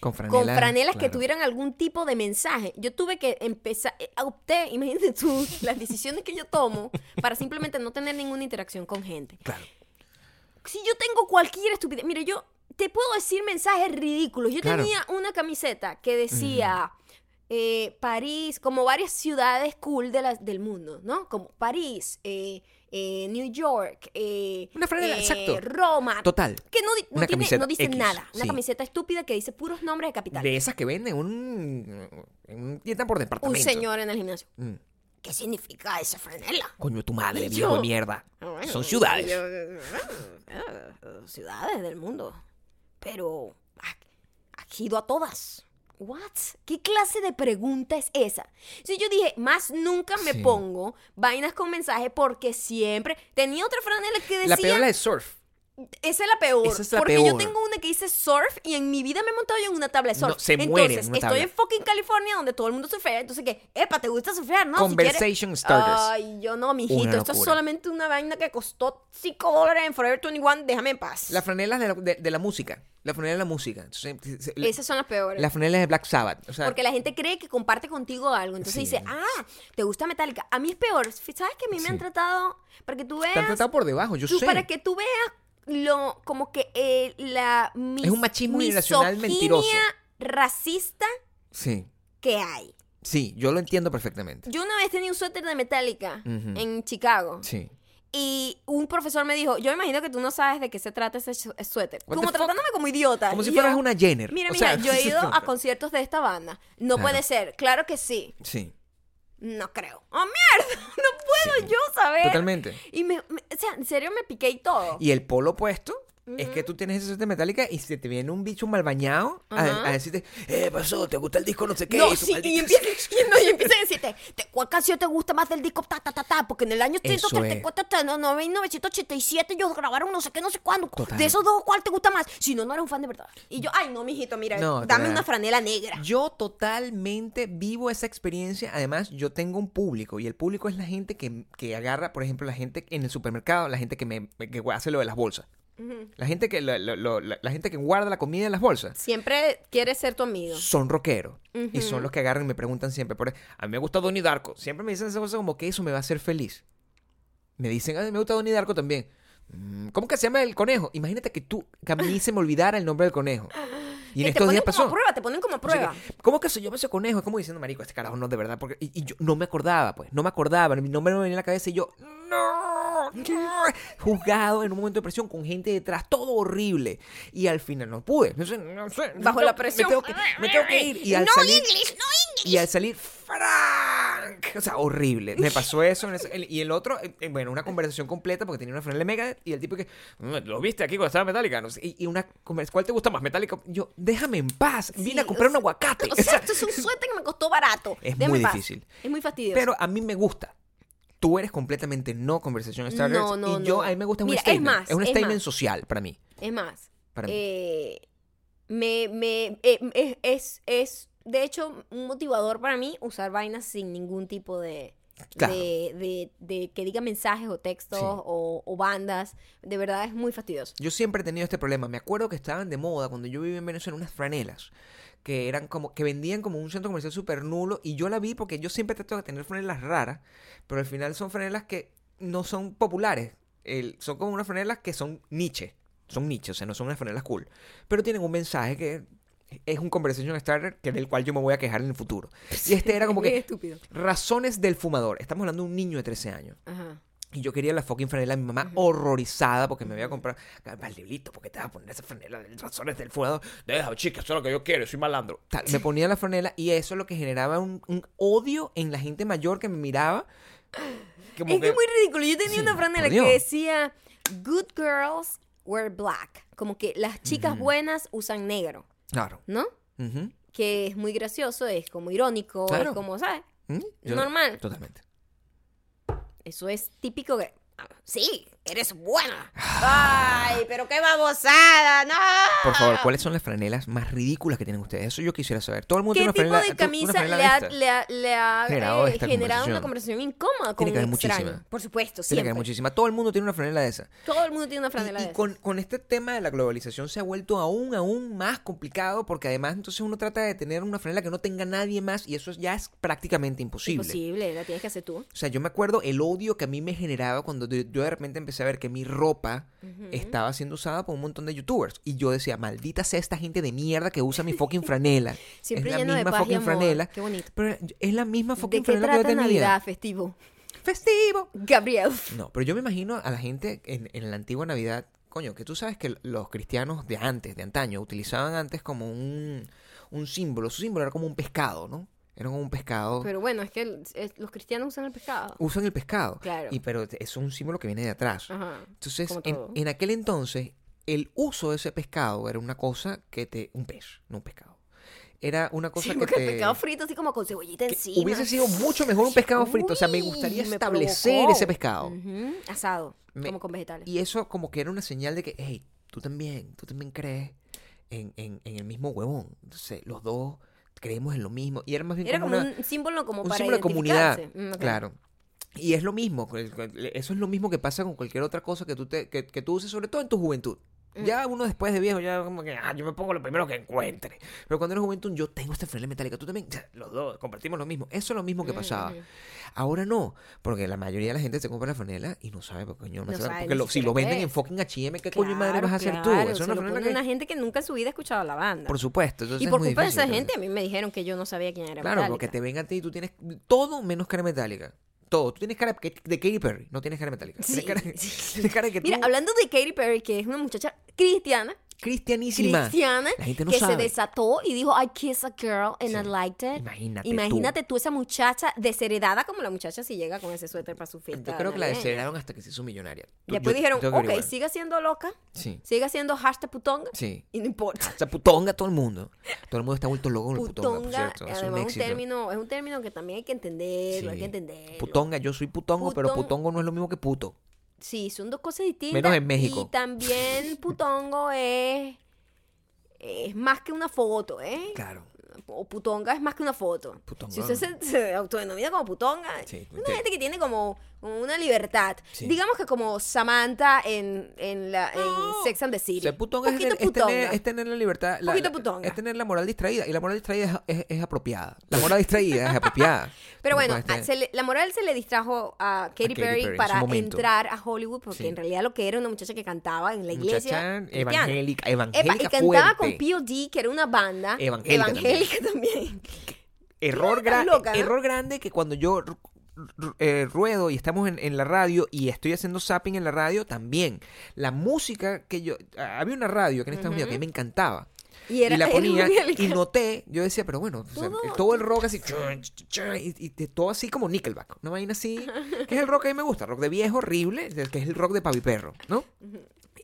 Con franelas.
con franelas que
claro.
tuvieran algún tipo de mensaje. Yo tuve que empezar, eh, opté, imagínate tú, las decisiones que yo tomo para simplemente no tener ninguna interacción con gente.
Claro.
Si yo tengo cualquier estupidez, mira, yo te puedo decir mensajes ridículos. Yo
Claro. Mm.
tenía una camiseta que decía eh, París, como varias ciudades cool de la- del mundo, ¿no? Como París, eh, eh, New York, eh,
Una franela,
eh,
exacto.
Roma.
Total.
Que no, di- no
Una
tiene-
camiseta
no dice
X,
nada. Una
sí.
camiseta estúpida que dice puros nombres de capital.
De esas que venden un, un tienda por
Un
departamento.
señor en el gimnasio.
Mm.
¿Qué significa esa franela?
Coño, tu madre,
Y
viejo
yo-
de mierda.
Ah, bueno,
Son
yo-
ciudades.
yo- ciudades del mundo. Pero ha- has ido a todas. What? ¿Qué clase de pregunta es esa? Si yo dije, más nunca me
Sí.
pongo vainas con mensaje porque siempre tenía otra franela que decía,
La peor es la de surf.
esa es la peor,
Esa es la
porque yo
peor.
tengo una que dice surf y en mi vida me he montado yo en una tabla de surf.
No, se
entonces,
muere en una
estoy
tabla.
en fucking California donde todo el mundo surfea, entonces que, epa, te gusta surfear, ¿no? Si
Conversation
quieres-
starters.
Ay, yo no, mijito,
Una
esto es
locura.
solamente una vaina que costó 5 dólares en Forever 21, déjame en paz.
Las franelas de la, de- de la música. La franela de la música. Entonces, se- se-
Esas son las peores.
Las franelas de Black Sabbath. O sea,
Porque la gente cree que comparte contigo algo. Entonces
Sí.
dice, ah, te gusta Metallica. A mí es peor. ¿Sabes que a mí me han
Sí.
tratado? Para que tú veas.
te han tratado por debajo, yo
tú-
sé.
Para que tú veas lo, como que eh, la.
Es un machismo generacional
misoginia
mentiroso.
racista
Sí,
que hay.
sí, yo lo entiendo perfectamente.
Yo una vez tenía un suéter de Metallica
Ujú.
en Chicago.
Sí.
Y un profesor me dijo, yo imagino que tú no sabes de qué se trata ese su- eh, suéter.
What the
Como
fuck?
tratándome como idiota.
Como si
Y
fueras
yo,
una Jenner.
Mira,
O
mira,
sea,
yo he ido a conciertos de esta banda. No
Claro.
puede ser. Claro que sí.
Sí,
No creo. ¡Oh, mierda! No puedo yo saber.
totalmente.
Y me, me- o sea, en serio me piqué y todo.
Y el polo opuesto es que tú tienes esa suerte metálica y se te viene un bicho mal bañado a-
Ajá.
a, decirte, eh, pasó, ¿te gusta el disco no sé qué?
no,
tu
sí, y
maldita-
empieza, y no, y empieza a decirte, "Te- ¿cuál canción te gusta más del disco? Ta, ta, ta, ta, porque en el año
Eso es.
134, ta, no, no, 1987 ellos grabaron no sé qué, no sé cuándo.
Total.
De esos dos, ¿cuál te gusta más? Si no, no eres un fan de verdad. Y yo, ay, no, mijito, mira,
No,
dame
total.
una franela negra.
Yo totalmente vivo esa experiencia. Además, yo tengo un público y el público es la gente que, que agarra, por ejemplo, la gente en el supermercado, la gente que, me, que hace lo de las bolsas. La gente que lo- lo- lo- la, la gente que guarda la comida en las bolsas
Siempre quieres ser tu amigo.
son rockeros y son los que agarran y me preguntan siempre por e-, a mí me gusta Donnie Darko. Siempre me dicen esas cosas como que eso me va a hacer feliz. Me dicen, "Ay, me gusta Donnie Darko también." Mm, ¿Cómo que se llama el conejo? Imagínate que tú que a mí se me olvidara el nombre del conejo. Y en
te
estos
ponen
días
como
pasó.
a prueba, te ponen como a
O sea que,
prueba.
¿Cómo que se llama ese conejo? Es como diciendo, marico, este carajo no, de verdad. Porque, y, y yo no me acordaba, pues. No me acordaba. Mi nombre no me venía a la cabeza y yo, no. no". Juzgado en un momento de presión con gente detrás, todo horrible. Y al final no pude. No sé, no sé.
Bajo
Me
la
tengo-
presión.
Me tengo que, me tengo que ir. Y al
no
salir,
English, no English.
Y al salir, Frank. O sea, horrible. Me pasó eso. en ese- el- y el otro, eh, eh, bueno, una conversación completa porque tenía una franela de Megadeth y el tipo que, "Mm, ¿lo viste aquí cuando estaba Metallica? No sé, y, y una, conversa- ¿cuál te gusta más, Metallica? Yo, déjame en paz. Vine
Sí,
a comprar
o
un
sea-
aguacate.
O sea, esto es un suéter que me costó barato.
Es
Déjame
muy
en paz.
difícil.
Es muy fastidioso.
Pero a mí me gusta. Tú eres completamente no conversación starters.
No, no,
y yo,
no.
a mí me gusta es un
Mira, es
statement.
más,
es un
es
statement
más.
social para mí.
Es más,
Para mí.
eh, me, me, eh, es, es, es, de hecho, un motivador para mí usar vainas sin ningún tipo de...
Claro.
De, de- de que diga mensajes o textos
Sí.
o, o bandas. De verdad es muy fastidioso.
Yo siempre he tenido este problema. Me acuerdo que estaban de moda cuando yo vivía en Venezuela unas franelas que eran como que vendían como un centro comercial súper nulo y yo la vi porque yo siempre trato de tener franelas raras, pero al final son franelas que no son populares. El- son como unas franelas que son niche, son niche, o sea, no son unas franelas cool, pero tienen un mensaje que es un conversation starter que del cual yo me voy a quejar en el futuro. Y este era como
Es muy
que
estúpido.
razones del fumador. Estamos hablando de un niño de 13 años.
Ajá.
Y yo quería la fucking franela de mi mamá horrorizada porque me había comprado. Valdiblito, ¿por qué te vas a poner esa franela de razones del fumador? Deja, chica, eso es lo que yo quiero, soy malandro. Tal, Me ponía la franela y eso es lo que generaba un, un odio en la gente mayor que me miraba. Como
es que es muy ridículo. Yo tenía
Sí,
una franela
por
que
Dios.
decía Good girls wear black. Como que las chicas buenas usan negro,
Claro.
¿no?
Ujú.
Que es muy gracioso, es como irónico, es
Claro.
como, ¿sabes?
¿Mm?
Normal.
Totalmente.
Eso es típico que. ah, Sí, eres buena.
Ah.
Ay, pero qué babosada, no.
Por favor,
Ah.
¿cuáles son las franelas más ridículas que tienen ustedes? Eso yo quisiera saber. Todo el mundo
¿Qué
tiene
tipo
una franela.
de
tú- una
camisa
franela
le ha,
esta.
le ha- le ha,
Generado
eh,
esta
generado una
conversación.
conversación incómoda con
Tiene que
un
haber
extraño?
muchísima.
Por supuesto,
Tiene que
siempre.
haber muchísimas. Todo el mundo tiene una franela de esa.
Todo el mundo tiene una franela
y, y
de esas.
con, con este tema de la globalización se ha vuelto aún, aún más complicado porque además entonces uno trata de tener una franela que no tenga nadie más y eso es- ya es prácticamente imposible.
Imposible, la tienes que hacer tú.
O sea, yo me acuerdo el odio que a mí me generaba cuando de- yo de repente empecé a ver que mi ropa estaba siendo usada por un montón de youtubers. Y yo decía, maldita sea esta gente de mierda que usa mi fucking franela.
Siempre
es la
lleno de
misma
paz y
fucking
amor.
franela.
Qué bonito.
Pero es la misma
¿De
fucking
qué
franela que yo
trata
tenía.
Navidad festivo?
Festivo.
Gabriel.
No, pero yo me imagino a la gente en, en la antigua Navidad, coño, que tú sabes que los cristianos de antes, de antaño, utilizaban antes como un, un símbolo. Su símbolo era como un pescado, ¿no? Era como un pescado.
Pero bueno, es que el- es- los cristianos usan el pescado.
Usan el pescado.
Claro.
Y, pero es un símbolo que viene de atrás.
Ajá.
Entonces,
como
en,
todo.
en aquel entonces, el uso de ese pescado era una cosa que te... Un pez, no un pescado. Era una cosa
Sí,
que
porque
te...
el pescado frito así como con cebollita
que
encima.
hubiese sido mucho mejor un pescado frito. O sea, me
Uy,
gustaría
me
establecer
provocó.
ese pescado.
Ujú, Asado,
Me-
como con vegetales.
Y eso como que era una señal de que, hey, tú también, tú también crees en, en- en el mismo huevón. Entonces, los dos creemos en lo mismo. Y era más bien
Era
como,
como
una-
un símbolo como
un
para
símbolo de comunidad.
identificarse. Mm, ok.
Claro. Y es lo mismo, con el- con el- eso es lo mismo que pasa con cualquier otra cosa que tú, te, que, que tú uses, sobre todo en tu juventud.
Mm.
Ya uno después de viejo, ya como que, ah, yo me pongo lo primero que encuentre. Pero cuando eres juventud, yo tengo esta franela metálica, tú también, o sea, los dos, compartimos lo mismo. Eso es lo
Mm,
mismo que pasaba. Ahora no, porque la mayoría de la gente se compra la franela y no sabe, porque, coño,
No
no sabe,
sabe
porque
ni
lo- si
siquiera
lo
qué
venden
es.
en fucking HM, ¿qué coño
Claro,
de madre vas a hacer tú?
claro,
Eso
se
es una
lo
franela
ponen
que-
una gente que nunca en su vida ha escuchado la banda.
Por supuesto. entonces
y
es
por
muy
culpa de
difícil,
esa
entonces.
gente, a mí me dijeron que yo no sabía quién era
Claro, porque
Metallica.
te venga a ti y tú tienes todo menos cara metálica. todo. Tú tienes cara de, de Katy Perry, no tienes cara de Metallica.
Sí,
tienes, cara,
sí.
tienes cara de que
Mira,
tú-
hablando de Katy Perry, que es una muchacha cristiana,
cristianísima.
cristiana,
La gente no
que
sabe.
se desató y dijo, I kiss a girl and I
Sí.
liked it.
Imagínate tú.
Imagínate tú. esa muchacha desheredada como la muchacha si llega con ese suéter para su fiesta.
Yo creo que la
navideña.
deceleraron hasta que se hizo millonaria. Tú-
Después
yo-
dijeron,
tengo que
ok,
averiguar".
siga siendo loca,
Sí,
siga siendo hashtag putonga
sí.
y no importa.
O sea, putonga todo el mundo. Todo el mundo está vuelto loco con el putonga, por
Putonga,
cierto. Es un
además un
éxito.
término, es un término que también hay que entender, hay
Sí.
que entender.
Putonga, yo soy putongo, pero
Putón-
putongo no es lo mismo que puto.
Sí, son dos cosas distintas.
Menos en México.
Y también putongo es, es más que una foto, ¿eh?
Claro.
O putonga es más que una foto.
Putonga.
Si usted se, se autodenomina como putonga,
Sí,
una
te-
gente que tiene como, como una libertad.
Sí.
Digamos que como Samantha en, en, la, en Sex and the City.
Ser putonga es
Poquito
tener, es tener,
putonga.
es tener la libertad. La,
Poquito putonga.
Es tener la moral distraída. Y la moral distraída es, es- es apropiada. La moral distraída es apropiada.
Pero bueno,
Puedes tener-
a- se le- la moral se le distrajo a Katy,
este Katy
Perry,
Perry en su
para
momento.
entrar a Hollywood, porque
Sí.
en realidad lo que era una muchacha que cantaba en la iglesia.
Muchacha
cristiana.
evangélica,
Epa,
evangélica
y cantaba
fuerte.
con P.O.D., que era una banda
Evangélica
evangélica también.
Error,
Estás
gra-
loca, ¿no?
error grande que cuando yo ru- ru- eh, ruedo y estamos en, en la radio y estoy haciendo zapping en la radio también. La música que yo... ah, Había una radio que en Estados Unidos que a mí me encantaba.
Y era
la
era
ponía
evangélica.
y noté, yo decía, pero bueno, o sea,
Todo-
todo el rock así, chun, chun, chun, y, y de- todo así como Nickelback, una vaina así, que es el rock que a mí me gusta, rock de viejo horrible, del que es el rock de papi perro, ¿no?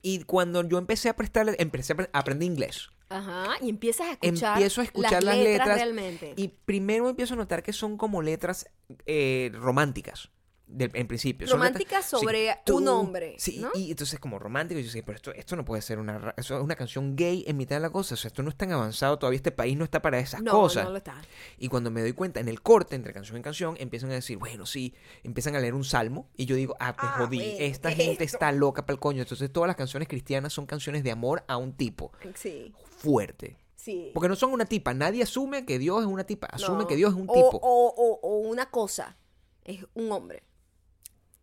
Y cuando yo empecé a prestarle, empecé a apre- aprendí inglés.
Ajá, y empiezas a escuchar,
Empiezo a escuchar las, letras,
realmente.
y primero empiezo a notar que son como letras eh, románticas. de- en principio. Son letras-
Románticas sobre un hombre,
Sí,
¿no?
y entonces como romántico, yo decía, pero esto, esto no puede ser una, ra- eso es una canción gay en mitad de la cosa. O sea, esto no es tan avanzado, todavía este país no está para esas
no,
cosas.
no lo está.
Y cuando me doy cuenta, en el corte, entre canción y canción, empiezan a decir, bueno, sí, empiezan a leer un salmo. Y yo digo, ah, te
Ah,
jodí,
bueno,
esta
¿qué es
gente
esto?
está loca para el coño. Entonces todas las canciones cristianas son canciones de amor a un tipo
Sí,
fuerte.
sí.
Porque no son una tipa. Nadie asume que Dios es una tipa. Asume
No.
que Dios es un
O-
tipo.
O, o- o una cosa, es un hombre.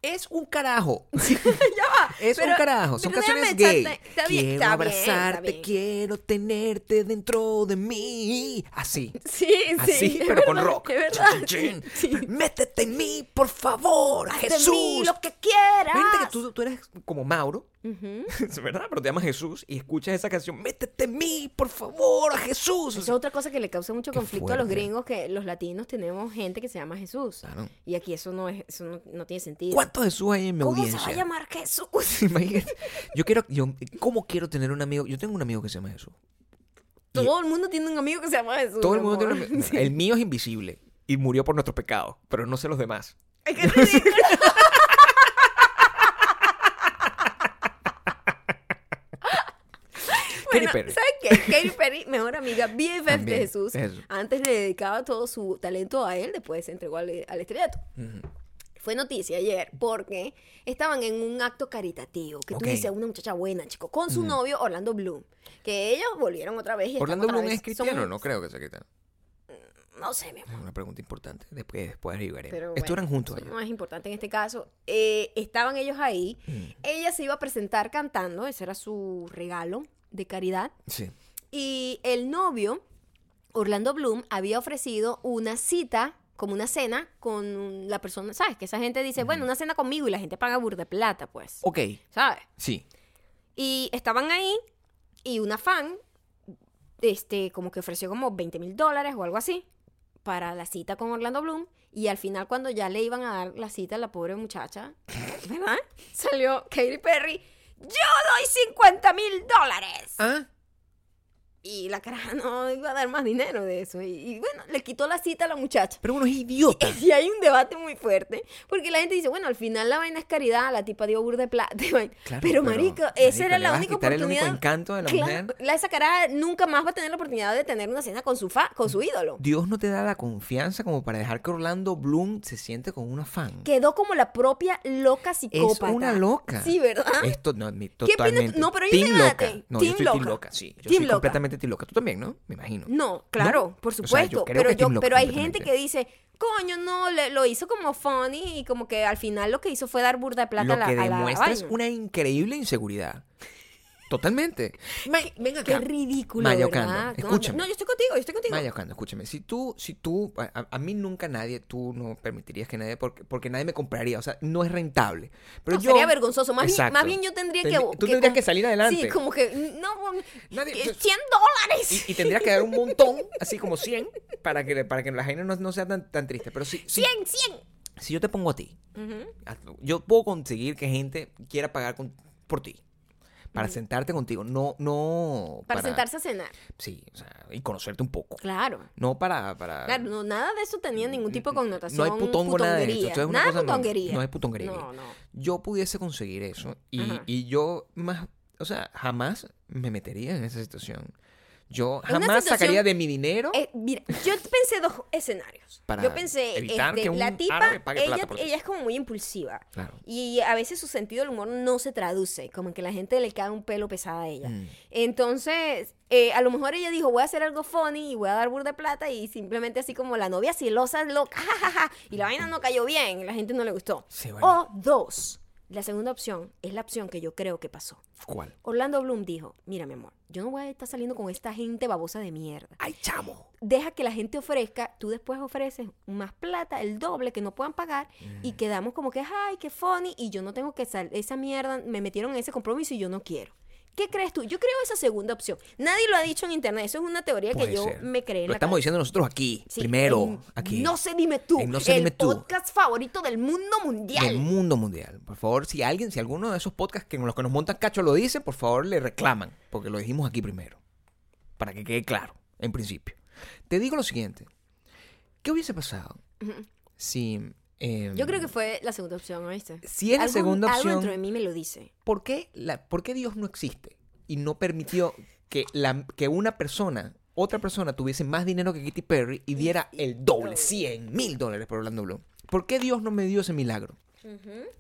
Es un carajo.
ya va.
Es
pero-
un carajo. Son
pero
canciones
déjame
gay.
echarte- está bien, está
quiero
bien, está
abrazarte,
bien.
quiero tenerte dentro de mí. Así.
Sí, sí.
Así,
es
pero con
verdad,
rock.
Es verdad.
Chin, chin.
Sí.
Métete en mí, por favor,
Haz
Jesús.
de mí lo que quieras.
Imagínate que tú, tú eres como Mauro,
Ujú.
es ¿verdad? Pero te llamas Jesús y escuchas esa canción, métete en mí, por favor, Jesús.
Esa es otra cosa que le causa mucho
Qué
conflicto a los
fuerte.
gringos, que los latinos tenemos gente que se llama Jesús.
Claro.
Y aquí eso no es, eso no, no tiene sentido.
¿Cuántos Jesús hay en mi
¿Cómo
audiencia?
se va a llamar Jesús?
Imagínate. Yo quiero, yo, ¿cómo quiero tener un amigo? Yo tengo un amigo que se llama Jesús.
Todo el mundo tiene un amigo que se llama Jesús.
Todo el
mi
mundo tiene un
amor.
amigo. El mío es invisible y murió por nuestro pecado, pero no sé los demás.
Es que ridículo.
Katy
Bueno,
Perry.
¿sabes qué? Katy Perry, mejor amiga, BFF de
También,
Jesús.
eso.
Antes le dedicaba todo su talento a él, después se entregó al, al estrellato. Fue noticia ayer porque estaban en un acto caritativo que
Ok.
tú dices una muchacha buena, chico, con su novio Orlando Bloom. Que ellos volvieron otra vez y están
Orlando
otra
Bloom
vez-
es cristiano,
son-
no creo que sea cristiano.
No sé, mi amor.
Es una pregunta importante. Después, después averiguaremos.
Pero
Estuvieran
bueno,
juntos.
eso
ellos.
No es importante en este caso. Eh, estaban ellos ahí.
Mm,
Ella se iba a presentar cantando. Ese era su regalo de caridad.
Sí.
Y el novio, Orlando Bloom, había ofrecido una cita, como una cena, con la persona. ¿Sabes? Que esa gente dice, bueno, una cena conmigo y la gente paga burda de plata, pues.
Ok,
¿Sabes?
sí.
Y estaban ahí y una fan, este, como que ofreció como 20 mil dólares o algo así para la cita con Orlando Bloom. Y al final, cuando ya le iban a dar la cita a la pobre muchacha, ¿verdad? Salió Katy Perry, ¡Yo doy 50 mil dólares!
Ah,
Y la cara no iba a dar más dinero de eso. Y, y bueno, le quitó la cita a la muchacha.
pero uno es idiota.
Y hay un debate muy fuerte, porque la gente dice, bueno, al final la vaina es caridad, la tipa dio burda de plata.
Claro,
pero, marico, esa era
le
la
vas a
única
quitar
oportunidad.
el único encanto de la
Claro,
mujer.
la- esa cara nunca más va a tener la oportunidad de tener una cena con su fa, con su ídolo.
Dios no te da la confianza como para dejar que Orlando Bloom se siente con una fan.
Quedó como la propia loca psicópata.
una loca.
Sí, ¿verdad?
Esto no, mi-
opinas tú?
totalmente.
No, pero yo
team
soy
loca.
debate.
No,
Team
yo soy team
loca.
loca, sí. Yo
Team
soy
loca.
completamente team loca. Tú también, ¿no? Me imagino.
No, claro,
¿No?
por
O sea, yo
supuesto.
creo
pero
que
yo,
Tim Loco,
pero hay gente
completamente.
que dice, coño, no, le- lo hizo como funny y como que al final lo que hizo fue dar burda de plata
Lo
a la,
que
a la
demuestra es
vaina.
una increíble inseguridad. Totalmente. Ma- ven acá.
Qué ridículo,
Maya
¿verdad? No,
Ocando, escúchame.
No, yo estoy contigo, yo estoy contigo.
Maya Ocando, escúchame. Si tú, si tú, a, a- a mí nunca nadie, tú no permitirías que nadie, porque, porque nadie me compraría. O sea, no es rentable. Pero
No,
yo.
sería vergonzoso. Más, bien,
Exacto.
más bien yo tendría que...
Tendrí- Tú tendrías
com-
que salir adelante.
Sí, como que... No,
Nadie-
eh,
yo-
100 dólares.
Y, y tendrías que dar un montón, así como 100, para que, para que la gente no, no sea tan, tan triste. Pero si, si,
100, 100.
si yo te pongo a ti, a- yo puedo conseguir que gente quiera pagar con- por ti. Para sentarte contigo, no, no.
Para, sentarse a cenar.
Sí, o sea, y conocerte un poco.
Claro.
No para. para
Claro, no, nada de eso
Mm,
tenía ningún tipo de connotación.
no hay putongo, nada de eso.
putonguería.
Esto es una
nada de
cosa- no,
putonguería.
No, hay putonguería.
No, no.
Yo pudiese conseguir eso y,
Ajá.
y yo más, o sea, jamás me metería en esa situación. Yo
Es una
jamás
situación-
sacaría de mi dinero.
Eh, mira, yo pensé dos escenarios.
Para
yo pensé,
evitar
este,
que un
la tipa,
árabe pague
ella,
plata por eso.
ella es como muy impulsiva.
Claro.
Y a veces su sentido del humor no se traduce, como que la gente le cae un pelo pesada a ella.
Mm.
Entonces, eh, a lo mejor ella dijo, voy a hacer algo funny y voy a dar burda de plata y simplemente así como la novia silosa, loca, jajaja, y la vaina no cayó bien, y la gente no le gustó.
Sí, bueno.
O dos, la segunda opción es la opción que yo creo que pasó.
¿Cuál?
Orlando Bloom dijo, mira mi amor, yo no voy a estar saliendo con esta gente babosa de mierda.
¡Ay, chamo!
Deja que la gente ofrezca, tú después ofreces más plata, el doble que no puedan pagar
Mm.
y quedamos como que, ay, qué funny y yo no tengo que salir, esa mierda, me metieron en ese compromiso y yo no quiero. ¿Qué crees tú? Yo creo esa segunda opción. Nadie lo ha dicho en internet, eso es una teoría que
Puede
yo
ser.
me creé en
Lo
la
estamos
cabeza.
diciendo nosotros aquí,
Sí,
primero,
en
aquí.
No sé, dime tú.
En No sé,
el
dime tú.
podcast favorito del mundo mundial.
Del mundo mundial. Por favor, si alguien, si alguno de esos podcasts que en los que nos montan cacho lo dicen, por favor le reclaman, porque lo dijimos aquí primero. Para que quede claro, en principio. Te digo lo siguiente. ¿Qué hubiese pasado si... eh,
Yo creo que fue la segunda opción, ¿oíste?
Si es la
Algo-
segunda
Algo
opción-
dentro de mí me lo dice.
¿por qué, la, ¿Por qué Dios no existe y no permitió que, la, que una persona, otra persona, tuviese más dinero que Katy Perry y diera el doble, 100 mil dólares por Orlando Bloom? ¿Por qué Dios no me dio ese milagro?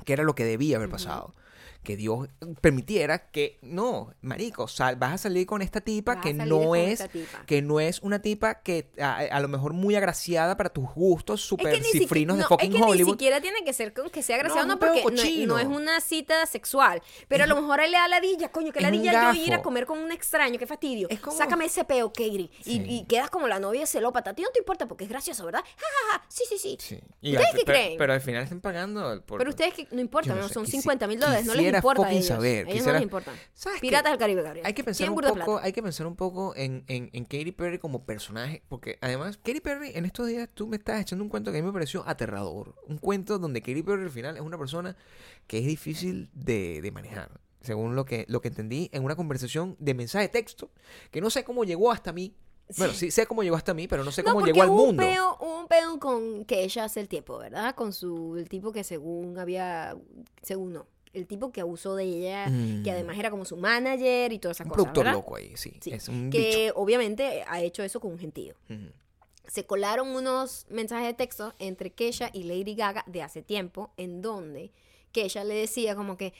que era lo que debía haber pasado. Que Dios permitiera que, no, marico, sal- vas a salir con esta tipa
Vas a
que
salir
no
con
es,
esta tipa.
que no es una tipa que a, a lo mejor muy agraciada para tus gustos,
Es
super
que, ni siquiera-
cifrinos
no,
de fucking
es que ni
Hollywood.
siquiera tiene que ser con que sea gracioso,
es
no,
un
porque no
peo
es, no
cochino.
es una cita sexual. Pero a lo mejor a él le da ladilla, coño, que
Es un
ladilla yo ir a
gafo.
comer con un extraño, qué fastidio.
Es como-
Sácame ese peo, Katie. Y,
Sí.
y quedas como la novia celópata. A ti no te importa porque es gracioso, ¿verdad? Ja, ja, ja. Sí, sí, sí.
Sí. Y
¿Ustedes
al-
qué
pero,
creen?
pero al final están pagando. el- por-
Pero ustedes que no importa,
Yo no
no,
sé,
son
quisi-
50 mil dólares, no les
quisiera
importa. A
fucking
ellos,
saber,
A ellos no
quisiera-
les importa.
¿Sabes qué?
Piratas del Caribe, Gabriel.
Hay que pensar
Tienen
un
burda de
poco,
plata.
hay que pensar un poco en, en, en Katy Perry como personaje, porque además Katy Perry en estos días tú me estás echando un cuento que a mí me pareció aterrador, un cuento donde Katy Perry al final es una persona que es difícil de, de manejar, según lo que lo que entendí en una conversación de mensaje de texto que no sé cómo llegó hasta mí. Bueno, sí sé cómo llegó hasta mí, pero no sé
No,
cómo
porque
llegó al
hubo
mundo.
Un peo, hubo un peo con que ella hace el tiempo, ¿verdad? Con su, el tipo que según había, según no, el tipo que abusó de ella,
Mm.
que además era como su manager y todas esas
Un
cosas.
productor
¿verdad?
loco ahí, sí,
Sí,
es un
que obviamente ha hecho eso con un gentío.
bicho. Ujú.
Se colaron unos mensajes de texto entre Kesha y Lady Gaga de hace tiempo, en donde Kesha le decía como que,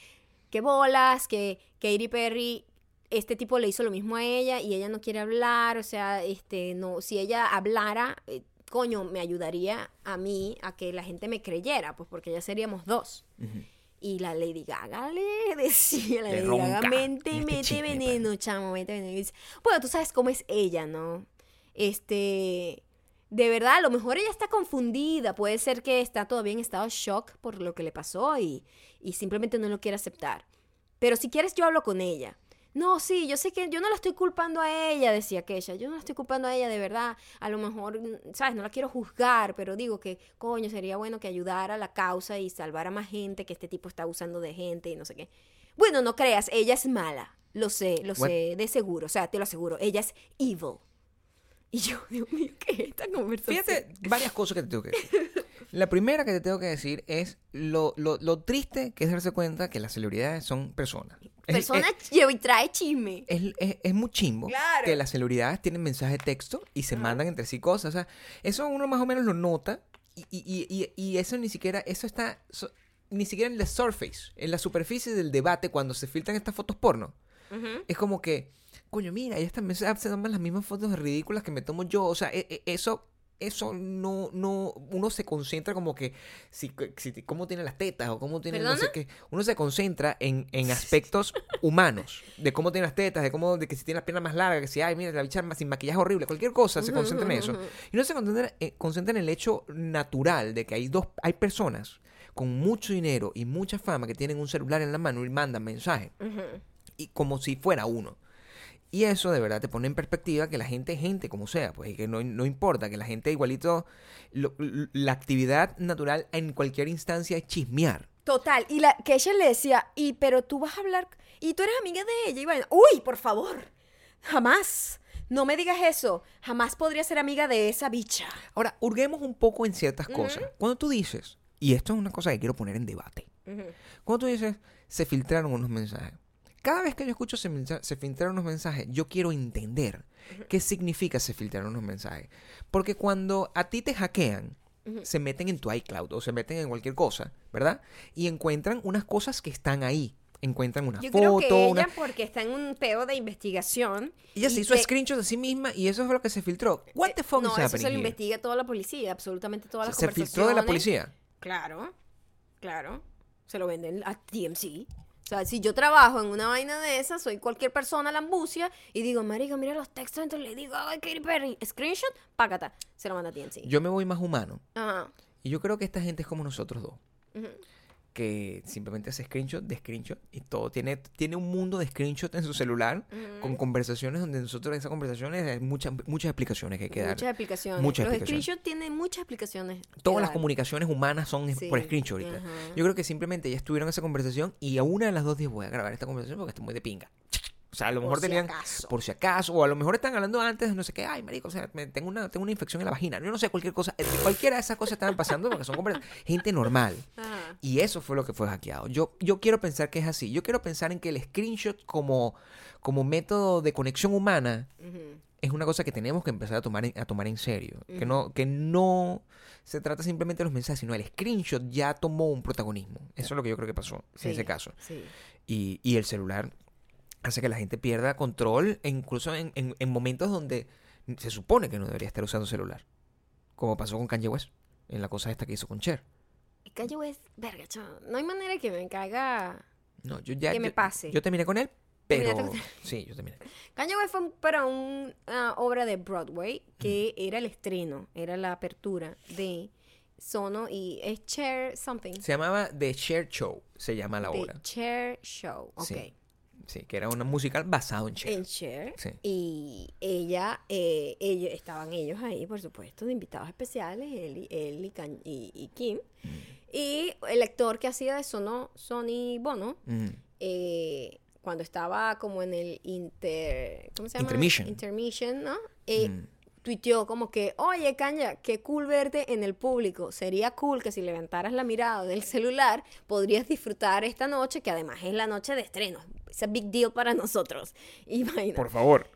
que bolas, que Katy Perry, este tipo le hizo lo mismo a ella y ella no quiere hablar, o sea, este, no, si ella hablara, eh, coño, me ayudaría a mí a que la gente me creyera, pues porque ya seríamos dos. Y la Lady Gaga le decía, la
Le
Lady
ronca
Gaga, mente,
en este
mete
chisme,
veneno, chamo, mete veneno. Y dice, bueno, tú sabes cómo es ella, ¿no? Este, de verdad, a lo mejor ella está confundida, puede ser que está todavía en estado de shock por lo que le pasó y, y simplemente no lo quiere aceptar. Pero si quieres, yo hablo con ella. No, sí, yo sé que yo no la estoy culpando a ella, decía aquella. Yo no la estoy culpando a ella, de verdad. A lo mejor, mm, ¿sabes? No la quiero juzgar, pero digo que, coño, sería bueno que ayudara a la causa y salvar a más gente, que este tipo está abusando de gente y no sé qué. Bueno, no creas, ella es mala. Lo sé, lo
What?
sé, de seguro. O sea, te lo aseguro, ella es evil. Y yo, Dios mío, ¿qué es esta conversación?
Fíjate varias cosas que te tengo que decir. La primera que te tengo que decir es lo, lo- lo triste que es darse cuenta que las celebridades son personas. Es-
Persona
es-
lleva y trae chisme.
es, es- es muy chimbo
Claro.
que las celebridades tienen mensaje de texto y se mandan entre sí cosas. O sea, eso uno más o menos lo nota y, y- y- y- y eso ni siquiera, eso está so- ni siquiera en la surface, en la superficie del debate cuando se filtran estas fotos porno. Es como que, coño, mira, ellas también se se toman las mismas fotos ridículas que me tomo yo. O sea, e- e- eso eso no, no, uno se concentra como que, si, si- cómo tiene las tetas o cómo tiene, no sé
¿Perdona?
qué. Uno se concentra en, en aspectos humanos, de cómo tiene las tetas, de cómo, de que si tiene las piernas más largas, que si, ay, mira, la bicha sin maquillaje horrible, cualquier cosa, se concentra en eso. Y no se concentra, eh, concentra en el hecho natural de que hay dos, hay personas con mucho dinero y mucha fama que tienen un celular en la mano y mandan mensajes y como si fuera uno. Y eso de verdad te pone en perspectiva que la gente es gente como sea, pues, y que no, no importa, que la gente igualito, lo- l- la actividad natural en cualquier instancia es chismear.
Total, y la que ella le decía, y pero tú vas a hablar, y tú eres amiga de ella, y bueno, uy, por favor, jamás, no me digas eso, jamás podría ser amiga de esa bicha.
Ahora, hurguemos un poco en ciertas cosas. Cuando tú dices, y esto es una cosa que quiero poner en debate, cuando tú dices, se filtraron unos mensajes. Cada vez que yo escucho se, mensa- se filtraron unos mensajes, yo quiero entender qué significa se filtraron unos mensajes. Porque cuando a ti te hackean, se meten en tu iCloud o se meten en cualquier cosa, ¿verdad? Y encuentran unas cosas que están ahí. Encuentran una
Yo creo
foto,
que ella,
una...
porque está en un peo de investigación.
Ella se
y
hizo
que-
screenshots de sí misma y eso fue lo que se filtró. What the fuck
No, eso
is
se
happening
lo
here?
investiga toda la policía, absolutamente todas las
Se filtró de la
conversaciones.
policía.
Claro, claro. Se lo venden a TMC. O sea, si yo trabajo en una vaina de esas, soy cualquier persona lambucia y digo, marico, mira los textos, entonces le digo, ay, Katy Perry, screenshot, pácata, se lo manda a TMC.
Yo me voy más humano.
Ajá.
Y yo creo que esta gente es como nosotros dos. Que simplemente hace screenshot de screenshot y todo. Tiene, tiene un mundo de screenshot en su celular con conversaciones donde nosotros en esas conversaciones hay muchas, muchas explicaciones que hay que dar.
Muchas aplicaciones.
Muchas
los
explicaciones.
screenshots tienen muchas aplicaciones. que
Todas las
dar.
comunicaciones humanas son es- por
Sí,
screenshot ahorita.
ajá.
Yo creo que simplemente ya estuvieron en esa conversación y a una de las dos dijo voy a grabar esta conversación porque estoy muy de pinga. O sea, a lo
Por
mejor
si
tenían
acaso.
por si acaso o a lo mejor están hablando antes de no sé qué, ay, marico, o sea, me- tengo una tengo una infección en la vagina, yo no sé cualquier cosa, Eh, cualquiera de esas cosas estaban pasando porque son conversa- gente normal.
Ajá.
Y eso fue lo que fue hackeado. Yo, yo quiero pensar que es así. Yo quiero pensar en que el screenshot como, como método de conexión humana es una cosa que tenemos que empezar a tomar en, a tomar en serio. Que, no, que no se trata simplemente de los mensajes, sino el screenshot ya tomó un protagonismo. Eso es lo que yo creo que pasó
Sí,
en ese caso.
Sí.
Y, y el celular hace que la gente pierda control, e incluso en, en- en momentos donde se supone que no debería estar usando celular. Como pasó con Kanye West, en la cosa esta que hizo con Cher.
Y Kanye West, verga, chamo, No hay manera que me caiga.
No, yo ya.
Que me
yo-
pase.
Yo terminé con él, pero.
Terminaste con-
Sí, yo terminé.
Kanye West fue un- para un- una obra de Broadway que
Mm.
era el estreno, era la apertura de Sono y es Chair Something.
Se llamaba The Cher Show, se llama la
The
obra.
Chair Show. Ok.
Sí. Sí, que era una musical basado en Cher.
En Cher.
Sí.
Y ella, eh, ellos, estaban ellos ahí, por supuesto, de invitados especiales, él y, él y, Kan- y- y Kim.
Mm.
Y el actor que hacía de Sono, Sonny Bono,
Mm.
eh, cuando estaba como en el inter... ¿Cómo se llama?
Intermission.
Intermission, ¿no? Eh, Tuiteó como que, oye, Caña, qué cool verte en el público. Sería cool que si levantaras la mirada del celular, podrías disfrutar esta noche, que además es la noche de estreno. Es a big deal para nosotros. Imagínate.
Por favor.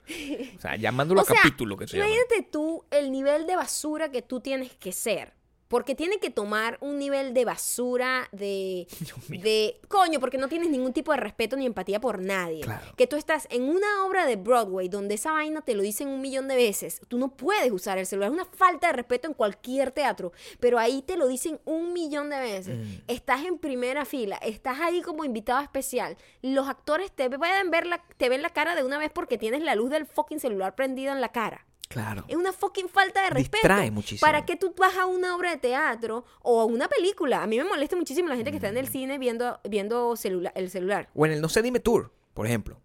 O sea, llamándolo a capítulo que se llama.
imagínate tú el nivel de basura que tú tienes que ser. Porque tiene que tomar un nivel de basura de,
mío.
de... Coño, porque no tienes ningún tipo de respeto ni empatía por nadie.
Claro.
Que tú estás en una obra de Broadway donde esa vaina te lo dicen un millón de veces. Tú no puedes usar el celular. Es una falta de respeto en cualquier teatro. Pero ahí te lo dicen un millón de veces.
Mm.
Estás en primera fila. Estás ahí como invitado especial. Los actores te pueden ver la, te ven la cara de una vez porque tienes la luz del fucking celular prendida en la cara.
Claro.
Es una fucking falta de respeto.
Distrae muchísimo.
¿Para qué tú vas a una obra de teatro o a una película? A mí me molesta muchísimo la gente que está
Mm.
en el cine viendo, viendo celula- el celular.
O en el No sé Dime Tour, por ejemplo.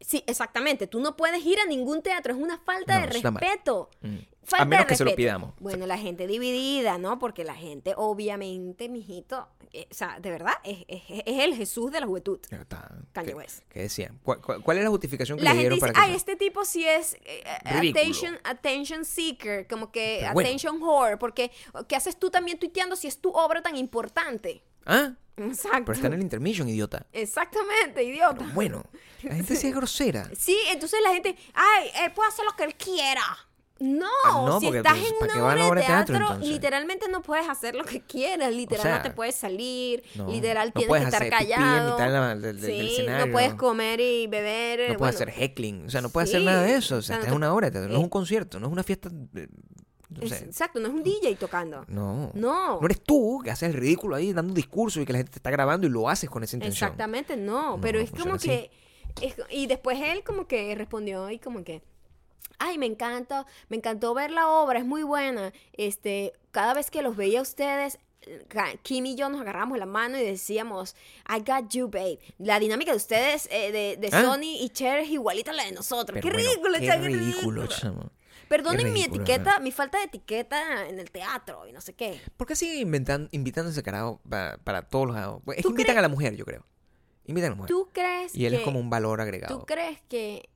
Sí, exactamente. Tú no puedes ir a ningún teatro. Es una falta
No,
de
eso está mal.
respeto.
Mm.
Falta
A menos
de
que se lo
respeto.
pidamos.
Bueno, la gente dividida, ¿no? Porque la gente, obviamente, mijito, eh, o sea, de verdad, es, es- es el Jesús de la juventud.
Ya está.
Kanye
¿Qué-
West.
¿Qué decían? ¿Cuál, cuál, cuál es la justificación que
La
le
gente
dieron
dice,
para
ay,
que
este tipo sí es eh, eh,
Ridículo.
attention, attention seeker, como que
Pero bueno.
attention whore, porque ¿qué haces tú también tuiteando si es tu obra tan importante?
Ah,
Exacto.
pero está en el intermission, idiota.
Exactamente, idiota.
Bueno, la gente sí es grosera.
Ah. Sí, entonces la gente, ay, él puede hacer lo que él quiera. No,
Ah, no,
si
porque,
estás
pues,
en
¿para qué
una obra
va la
de
obra de teatro,
teatro,
entonces?
literalmente no puedes hacer lo que quieras, literal
sea,
no te puedes salir,
no,
literal
no
tienes que
puedes
estar
hacer pipí en
callado.
mitad de la- del- del- del
sí, no
escenario.
puedes comer y beber.
No
bueno,
puedes hacer heckling, o sea, no puedes
sí,
hacer nada de eso. O
o sea,
sea,
no
estás en
te-
una hora, no es
eh,
un concierto, no es una fiesta eh, No
Es-
sé.
Exacto, no es un DJ tocando.
No.
No.
No eres tú que haces el ridículo ahí dando un discurso y que la gente te está grabando y lo haces con esa intención.
Exactamente, no.
No,
pero
no
es como
funciona
que. es- y después él como que respondió y como que. Ay, me encanta, me encantó ver la obra, es muy buena. Este, cada vez que los veía a ustedes, eh, ca- Kim y yo nos agarramos la mano y decíamos, I got you, babe. La dinámica de ustedes, eh, de, de
¿Ah?
Sony y Cher es igualita a la de nosotros.
Pero
qué
bueno,
ridículo,
qué
chamo, qué
ridículo,
ridículo.
chamo.
Perdonen
Qué
mi
ridículo,
etiqueta,
¿verdad?
mi falta de etiqueta en el teatro y no sé qué.
¿Por qué siguen inventan- invitando ese carajo para, para todos los... Es que
¿Tú
invitan
crees-
a la mujer, yo creo. Invitan a la mujer.
¿Tú crees
Y él es
que-
como un valor agregado.
¿Tú crees que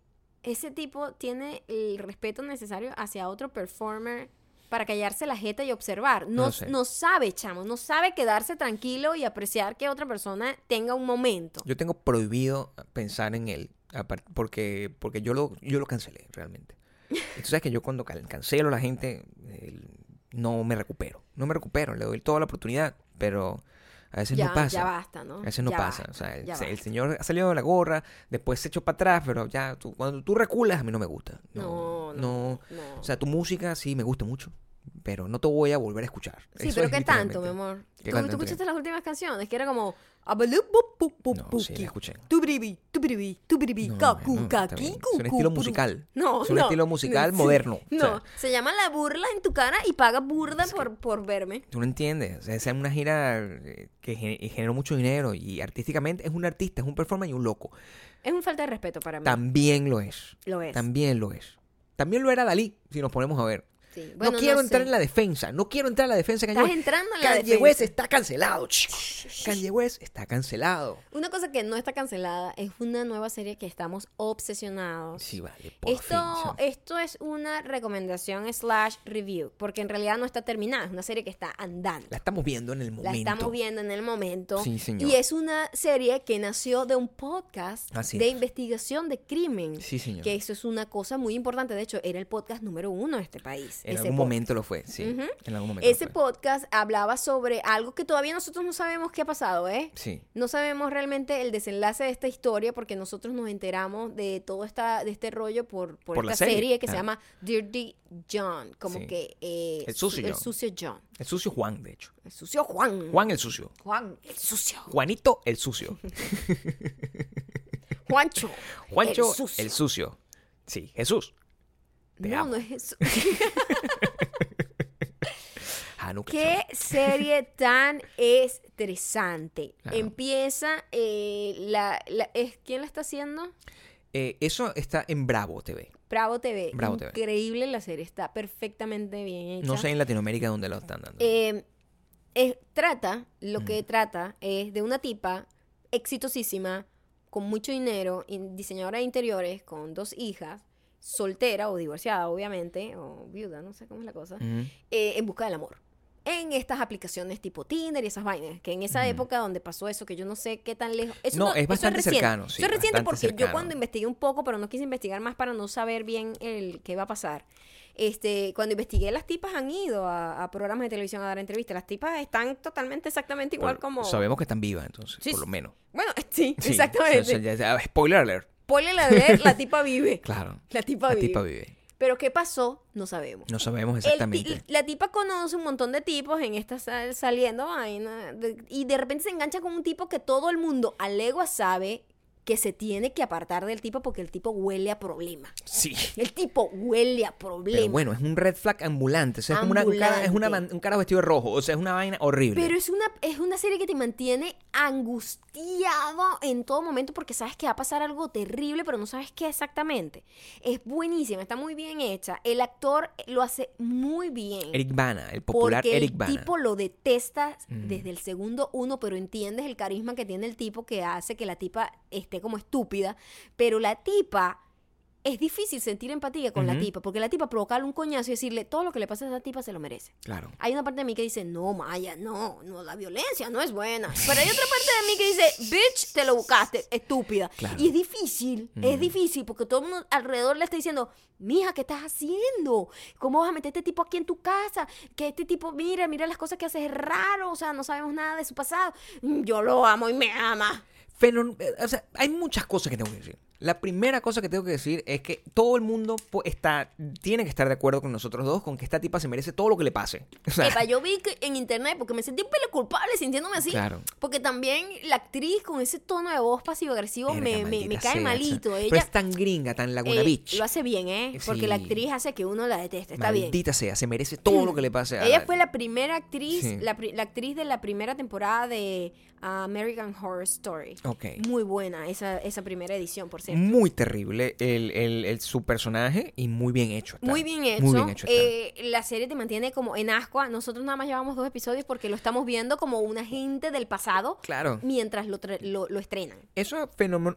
ese tipo tiene el respeto necesario hacia otro performer para callarse la jeta y observar? No,
No sé.
no sabe, chamo, no sabe quedarse tranquilo y apreciar que otra persona tenga un momento.
Yo tengo prohibido pensar en él apar- porque, porque yo, lo, yo lo cancelé realmente. Y tú sabes que yo cuando can- cancelo a la gente eh, no me recupero. No me recupero, le doy toda la oportunidad, pero a veces
ya,
no pasa.
ya basta, ¿no?
A veces no
Ya
pasa.
basta,
o sea, el,
ya
se- el
basta.
señor ha salido de la gorra, después se echó para atrás, pero ya tú- cuando tú reculas a mí no me gusta. No,
No, no, no.
O sea, tu música sí me gusta mucho, pero no te voy a volver a escuchar.
Sí,
Eso
pero
es
¿qué tanto, mi
literalmente.
amor?
¿Qué
¿Tú,
tanto,
tú
qué?
escuchaste las últimas canciones? Que era como... "Abalú, bu, bu, bu,
No,
bu,
sí, la
ki,
escuché.
tubribi, tubribi, tubribi,
No,
kaku,
no, está
kaki,
bien. Es
cu,
un
cu,
estilo
puru".
musical.
No,
Es un
no.
estilo musical
Sí.
moderno, o
No,
sea.
se llama la burla en tu cara y paga burda por, por verme.
Tú no entiendes. O sea, esa es una gira eh, que gen- generó mucho dinero y artísticamente es un artista, es un performer y un loco.
Es un falta de respeto para mí.
También lo es.
Lo es.
También lo es. También lo era Dalí, si nos ponemos a ver.
Sí. Bueno,
no quiero
no
entrar
sé.
en la defensa. No quiero entrar en la defensa.
Estás
Kanye-
entrando en la
Kanye
defensa.
West está cancelado. Kanye West está cancelado.
Una cosa que no está cancelada es una nueva serie que estamos obsesionados.
Sí, vale. Por fin,
Esto,
chamo.
esto es una recomendación slash review, porque en realidad no está terminada, es una serie que está andando.
La estamos viendo en el
La
momento.
estamos viendo en el momento.
Sí, señor.
Y es una serie que nació de un podcast
Así
de
es.
investigación de crimen.
Sí, señor.
Que eso es una cosa muy importante. De hecho, era el podcast número uno de este país. ese
En algún
podcast.
momento lo fue, sí.
Ujú.
En algún momento. lo
Ese
fue.
podcast hablaba sobre algo que todavía nosotros no sabemos qué ha pasado, ¿eh?
Sí.
No sabemos realmente el desenlace de esta historia porque nosotros nos enteramos de todo esta, de este rollo por, por,
Por la
esta
serie.
serie, que se
Ah.
llama Dirty John, como
Sí.
que... eh,
El sucio
su- el
John.
sucio John.
El sucio Juan, de hecho.
El sucio Juan.
Juan el sucio.
Juan, el sucio.
Juanito el sucio.
Juancho.
Juancho
el sucio.
el sucio. Sí, Jesús. te
no,
amo.
no es eso.
Hanukkah.
Qué serie tan estresante.
Claro.
Empieza eh, la, la- es, ¿quién la está haciendo?
Eh, eso está en Bravo TV.
Bravo TV.
Bravo TV.
Increíble la serie, está perfectamente bien hecha.
No sé en Latinoamérica dónde lo están dando.
Eh, es- trata, lo que trata es de una tipa exitosísima, con mucho dinero, in- diseñadora de interiores, con dos hijas, soltera o divorciada, obviamente, o viuda, no sé cómo es la cosa,
Ujú.
eh, en busca del amor. En estas aplicaciones tipo Tinder y esas vainas, que en esa
Ujú.
época donde pasó eso, que yo no sé qué tan lejos. Eso
No,
no,
es
eso
bastante
reciente.
cercano, sí,
Eso es reciente
bastante
porque
cercano.
yo cuando investigué un poco, pero no quise investigar más para no saber bien el qué va a pasar. Este, cuando investigué, las tipas han ido a, a programas de televisión a dar entrevistas. Las tipas están totalmente exactamente igual
Pero
como.
Sabemos que están vivas, entonces,
Sí,
por lo menos.
Bueno, sí,
Sí,
exactamente.
o sea, ya- ya- spoiler alert.
Ponle la de la tipa vive.
Claro.
La tipa
La
vive.
tipa vive.
Pero qué pasó, no sabemos.
No sabemos
El ti-
exactamente.
la tipa conoce un montón de tipos en esta sal- saliendo vaina de- y de repente se engancha con un tipo que todo el mundo a legua sabe que se tiene que apartar del tipo porque el tipo huele a problema.
Sí.
El tipo huele a problema.
Pero bueno, es un red flag ambulante. O sea, es como una, un cara- es una man-
Ambulante.
un cara vestido de rojo. O sea, es una vaina horrible.
Pero es una, es una serie que te mantiene angustiado en todo momento porque sabes que va a pasar algo terrible, pero no sabes qué exactamente. Es buenísima, está muy bien hecha. El actor lo hace muy bien.
Eric Bana, el popular
porque
Eric
el
Bana. Mm.
tipo lo detestas desde el segundo uno, pero entiendes el carisma que tiene el tipo que hace que la tipa esté como estúpida. Pero la tipa es difícil sentir empatía con la
Ujú.
tipa, porque la tipa provocarle un coñazo y decirle todo lo que le pasa a esa tipa se lo merece.
Claro.
Hay una parte de mí que dice, no, Maya, no, no, la violencia no es buena. Pero hay otra parte de mí que dice, bitch, te lo buscaste, estúpida.
Claro. Mm.
Y es difícil, es difícil, porque todo el mundo alrededor le está diciendo, mija, ¿qué estás haciendo? ¿Cómo vas a meter a este tipo aquí en tu casa? Que este tipo, mira, mira las cosas que hace, es raro, o sea, no sabemos nada de su pasado. Mm, Yo lo amo y me ama.
Fenon- eh, o sea, hay muchas cosas que tengo que decir. La primera cosa que tengo que decir es que todo el mundo po- está, tiene que estar de acuerdo con nosotros dos, con que esta tipa se merece todo lo que le pase. O sea,
Epa, yo vi que en internet, porque me sentí un pelo culpable sintiéndome así.
Claro.
Porque también la actriz con ese tono de voz pasivo-agresivo
verga,
me, me- me
maldita
cae
sea,
malito.
chamo.
Ella
Pero es tan gringa, tan Laguna
eh,
Beach.
lo hace bien, ¿eh? Porque la
Sí.
actriz hace que uno la deteste. Está bien.
Maldita sea, se merece todo lo que le pase a
Ella fue la primera actriz,
Sí.
la, pri- la actriz de la primera temporada de ah, American Horror Story.
Ok. Mm,
Muy buena esa, esa primera edición, por cierto.
Muy terrible el, el- el- su personaje y muy bien hecho. está.
Muy bien hecho.
Muy bien hecho. está.
Eh, la serie te mantiene como en ascua. Nosotros nada más llevamos dos episodios porque lo estamos viendo como una gente del pasado
claro.
mientras lo, tra- lo, lo estrenan.
Eso fenomen-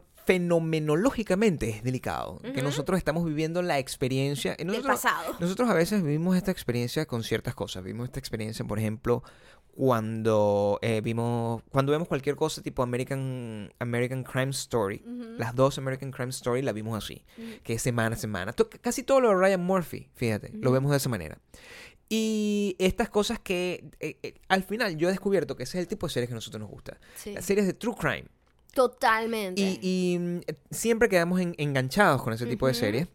fenomenológicamente es delicado. Que nosotros estamos viviendo la experiencia. y Nosotros,
pasado.
Nosotros a veces vivimos esta experiencia con ciertas cosas. Vivimos esta experiencia, por ejemplo, cuando eh, vimos. Cuando vemos cualquier cosa tipo American, American Crime Story. Las dos American Crime Story la vimos así.
Mm.
Que es semana a semana. To- casi todo lo de Ryan Murphy, fíjate, lo vemos de esa manera. Y estas cosas que eh, eh, al final yo he descubierto que ese es el tipo de series que a nosotros nos gusta.
Sí.
Las series de True Crime.
Totalmente.
Y, y, mm, eh, siempre quedamos en- enganchados con ese tipo de series.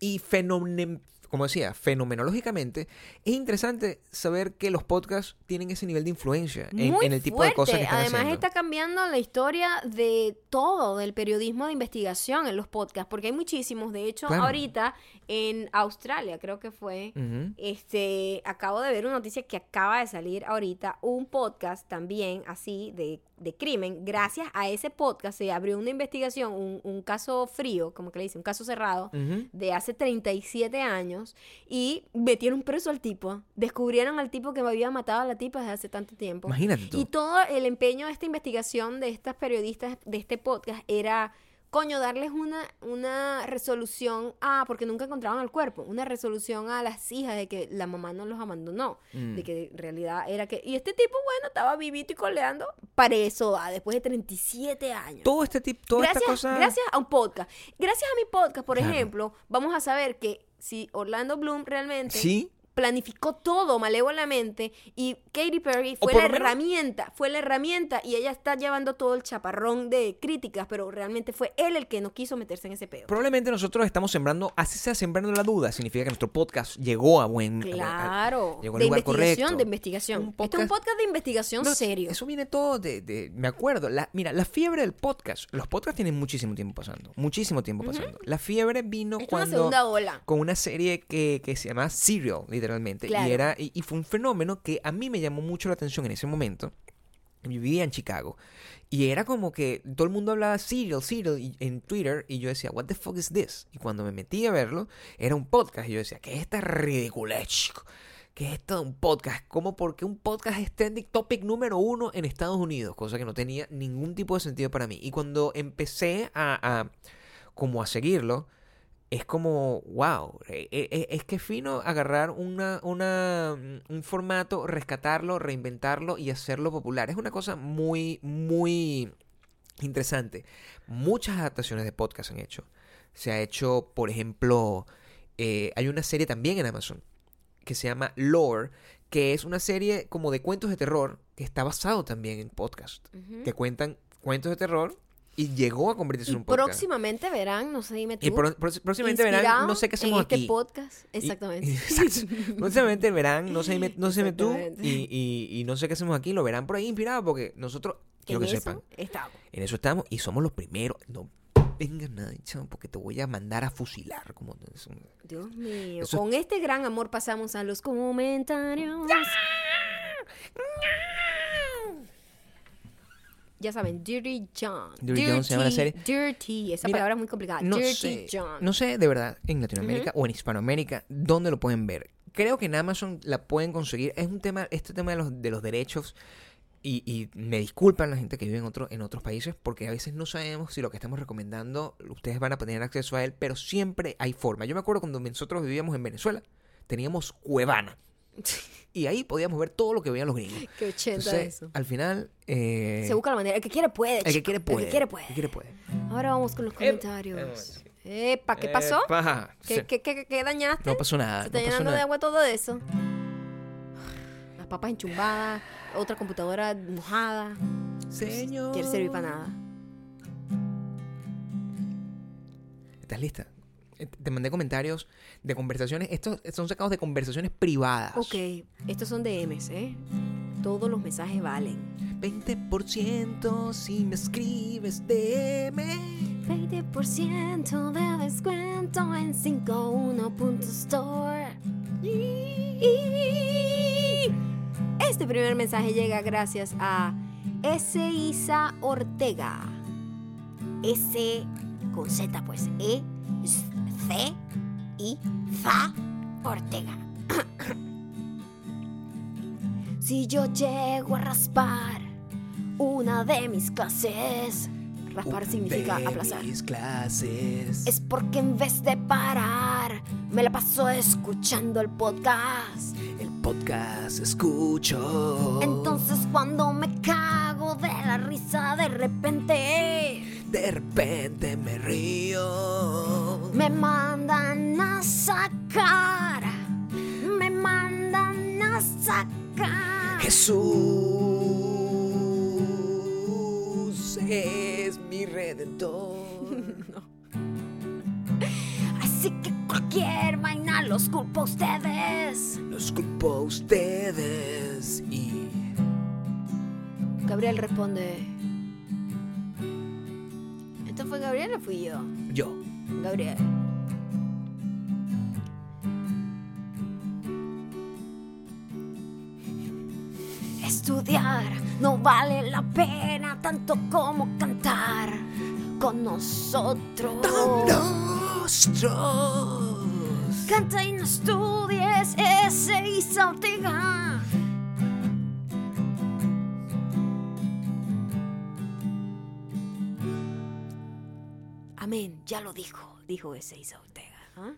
Y fenomen- como decía, fenomenológicamente, es interesante saber que los podcasts tienen ese nivel de influencia en,
Muy
en el tipo de
fuerte.
cosas que están
Además
haciendo.
está cambiando la historia de todo, del periodismo de investigación en los podcasts, porque hay muchísimos. De hecho,
Claro. Mm.
ahorita en Australia, creo que fue,
Ujú.
este, acabo de ver una noticia que acaba de salir ahorita, un podcast también así de, de crimen. Gracias a ese podcast se abrió una investigación, un, un caso frío, como que le dicen, un caso cerrado,
Ujú.
de hace 37 años y metieron preso al tipo. Descubrieron al tipo que me había matado a la tipa desde hace tanto tiempo.
Imagínate tú.
Y todo el empeño de esta investigación, de estas periodistas, de este podcast, era, coño, darles una, una resolución a, porque nunca encontraban el cuerpo, una resolución a las hijas de que la mamá no los abandonó,
Mm.
de que en realidad era que... Y este tipo, bueno, estaba vivito y coleando para eso, va, después de 37 años
Todo este tipo, toda
gracias,
esta cosa.
gracias a un podcast. Gracias a mi podcast, por
Claro.
ejemplo, vamos a saber que si Orlando Bloom realmente
Sí.
planificó todo malévolamente y Katy Perry
O
fue
por
la
lo menos-
herramienta, fue la herramienta y ella está llevando todo el chaparrón de críticas, pero realmente fue él el que no quiso meterse en ese pedo.
Probablemente nosotros estamos sembrando, así sea sembrando la duda, significa que nuestro podcast llegó a buen. a buen- a-
Claro,
llegó al
de
lugar
investigación,
correcto.
de investigación.
Un
Este es un
podcast-
podcast de investigación
No,
serio.
Eso viene todo de, de- me acuerdo, la, mira, la fiebre del podcast, los podcasts tienen muchísimo tiempo pasando, muchísimo tiempo pasando. La fiebre vino
Es una
cuando
segunda ola.
con una serie que, que se llamaba Serial, literalmente,
Claro.
y era y, y fue un fenómeno que a mí me llamó mucho la atención en ese momento. Yo vivía en Chicago y era como que todo el mundo hablaba Serial, Serial y- en Twitter y yo decía, what the fuck is this? Y cuando me metí a verlo, era un podcast y yo decía, ¿qué es esta ridiculez, chico? ¿Qué es esto de un podcast? ¿Cómo porque un podcast es trending topic número uno en Estados Unidos? Cosa que no tenía ningún tipo de sentido para mí. Y cuando empecé a, a- como a seguirlo, es como, wow, eh, eh, eh, es que fino agarrar una, una, mm, un formato, rescatarlo, reinventarlo y hacerlo popular. Es una cosa muy, muy interesante. Muchas adaptaciones de podcast han hecho. Se ha hecho, por ejemplo, eh, hay una serie también en Amazon que se llama Lore, que es una serie como de cuentos de terror que está basado también en podcast.
Ujú.
Que cuentan cuentos de terror y llegó a convertirse
Y
en un podcast.
próximamente verán, no sé, dime tú.
Y pro- pro- próximamente verán,
inspirado
no sé qué hacemos
en este
aquí.
podcast,
Y-
exactamente.
exacto. Próximamente verán, no sé, dime- no sé dime tú,
Exactamente.
y, y- y no sé qué hacemos aquí, lo verán por ahí inspirado porque nosotros, quiero
En
que
eso
sepan,
estamos.
en eso estamos y somos los primeros. No vengan nada, chamo, porque te voy a mandar a fusilar. Como,
Dios mío.
Eso-
Con este gran amor pasamos a los comentarios. Ya saben, Dirty John.
Dirty John se llama la serie.
Dirty, esa
Mira,
palabra es muy complicada.
no
Dirty
sé,
John.
No sé de verdad en Latinoamérica o en Hispanoamérica dónde lo pueden ver. Creo que en Amazon la pueden conseguir. Es un tema, este tema de los, de los derechos. Y, y me disculpan la gente que vive en, otro, en otros países porque a veces no sabemos si lo que estamos recomendando ustedes van a tener acceso a él, pero siempre hay forma. Yo me acuerdo cuando nosotros vivíamos en Venezuela, teníamos Cuevana. Y ahí podíamos ver todo lo que veían los gringos.
Qué ochenta
Entonces,
eso.
al final, eh,
Se busca la manera. El que quiere puede.
el que
chico.
quiere puede.
El que quiere puede.
El que quiere puede.
Ahora vamos con los comentarios. Epa, ¿qué pasó?
Epa, sí.
¿Qué, qué, qué- qué dañaste?
Ah, No pasó nada.
Se está
no pasó
llenando
nada.
de agua todo eso. Las papas enchumbadas, otra computadora mojada.
Señor.
Quiere servir para nada.
¿Estás lista? Eh, Te mandé comentarios de conversaciones. Estos son sacados de conversaciones privadas.
Ok, estos son DMs, ¿eh? Todos los mensajes valen.
20% si me escribes DM.
20% de descuento en 51.store. Este primer mensaje llega gracias a S. Isa Ortega. S con Z, pues E, S, C, I, Fa Ortega. Si yo llego a raspar una de mis clases, raspar
Una
significa
de
aplazar.
Mis clases.
Es porque en vez de parar, me la paso escuchando el podcast.
El podcast escucho.
Entonces cuando me cago de la risa de repente
De repente me río.
me mandan a sacar. Me mandan a sacar.
Jesús es mi redentor.
Así que cualquier vaina los culpo a ustedes.
Los culpo a ustedes y
Gabriel responde. ¿Esto fue Gabriel o fui yo?
yo.
Gabriel. Estudiar no vale la pena tanto como cantar con nosotros.
Nostros.
Canta y no estudies ese y Ortega. Amén, ya lo dijo, dijo ese Isa Ortega. ¿ah?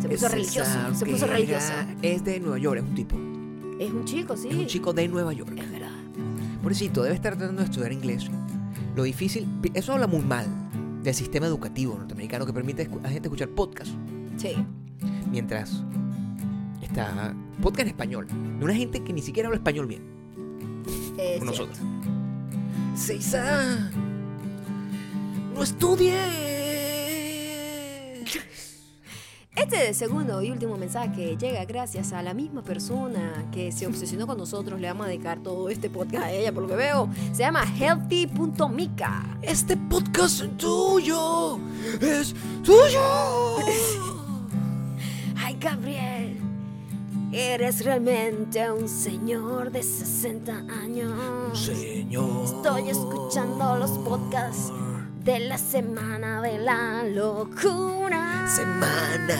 Se puso
Esa
religioso, se puso
ortega
religioso.
Es de Nueva York, es un tipo.
Es un chico, sí.
Es un chico de Nueva York.
Es verdad.
Pobrecito, debe estar tratando de estudiar inglés. Lo difícil, eso habla muy mal del sistema educativo norteamericano que permite escu- a gente escuchar podcast
Sí.
mientras está podcast en español, de una gente que ni siquiera habla español bien,
es
con
cierto.
nosotros. Seiza, no estudie.
Este segundo y último mensaje llega gracias a la misma persona que se obsesionó con nosotros. Le vamos a dedicar todo este podcast a ella, por lo que veo. Se llama healthy.mica.
Este podcast es tuyo, es tuyo.
Ay, Gabriel. Eres realmente un señor de 60 años.
Señor,
Estoy escuchando los podcasts de la semana de la locura.
Semana.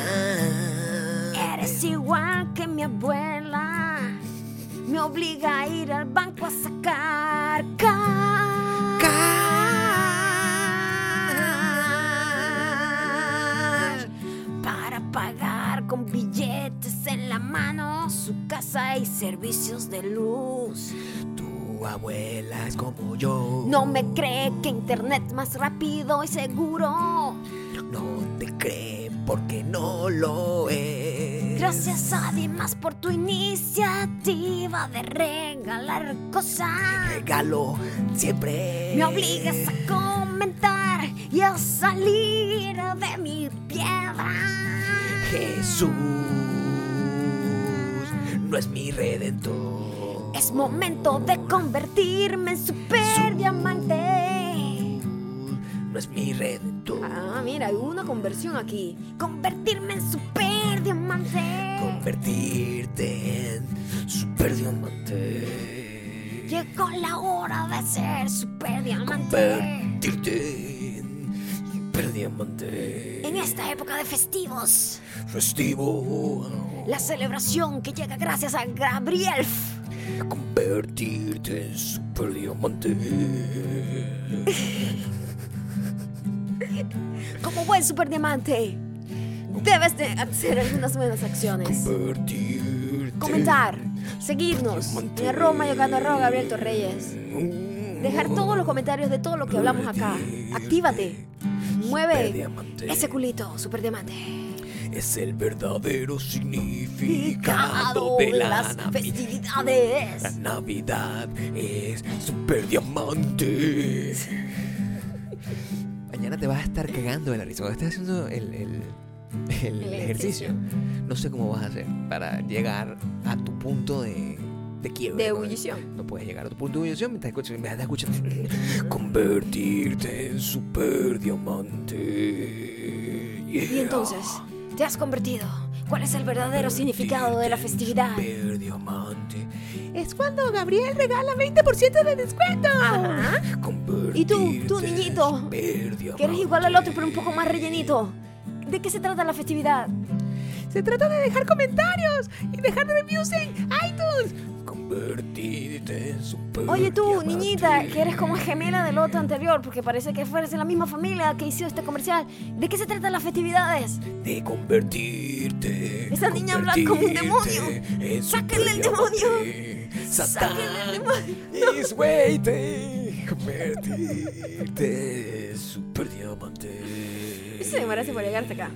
Eres igual que mi abuela. Me obliga a ir al banco a sacar cash para pagar con billetes en la mano su casa y servicios de luz.
Tu abuela es como yo.
No me cree que internet más rápido y seguro.
No te cree porque no lo es.
Gracias además por tu iniciativa de regalar cosas.
Regalo siempre.
Me obligas a comentar y a salir de mi piedra.
Jesús no es mi redentor.
Es momento de convertirme en super diamante.
No es mi redentor.
Ah, mira, hay una conversión aquí. Convertirme en super diamante.
Convertirte en super diamante.
Llegó la hora de ser super diamante.
Convertirte en super diamante.
En esta época de festivos,
Festivo.
la celebración que llega gracias a Gabriel.
Convertirte en super diamante.
Como buen super diamante, debes de hacer algunas buenas acciones.
Convertirte.
comentar, seguirnos en arroba mayocando arroba Gabriel Torreyes. Dejar todos los comentarios de todo lo que hablamos acá. Actívate. Mueve
Superdiamante.
ese culito, super diamante.
Es el verdadero significado de la
las
Navidad. La
festividades.
Navidad es super diamante. mañana te vas a estar cagando de la risa. Cuando estés haciendo el, el- el
El
ejercicio, no sé cómo vas a hacer para llegar a tu punto de, de quiebre.
De
con el-
ebullición.
No puedes llegar a tu punto de ebullición mientras escuchas, mientras escuchas convertirte en super diamante.
Y entonces, ¿te has convertido? ¿Cuál es el verdadero significado de la festividad?
Super diamante. Es cuando Gabriel regala 20% de descuento.
Ajá. Y tú, tú, niñito, Que eres igual al otro, pero un poco más rellenito. ¿De qué se trata la festividad?
Se trata de dejar comentarios y dejar reviews en iTunes. Convertirte en super
Oye tú, niñita, que eres como gemela del otro anterior, porque parece que fueras de la misma familia que hizo este comercial. ¿De qué se tratan las festividades?
De convertirte.
Esa niña habla como un demonio.
convertirte en
Sáquenle el
superdiamante. Satán
Sáquenle el demonio.
is waiting. Convertirte en super diamante.
Se demora por llegar hasta acá.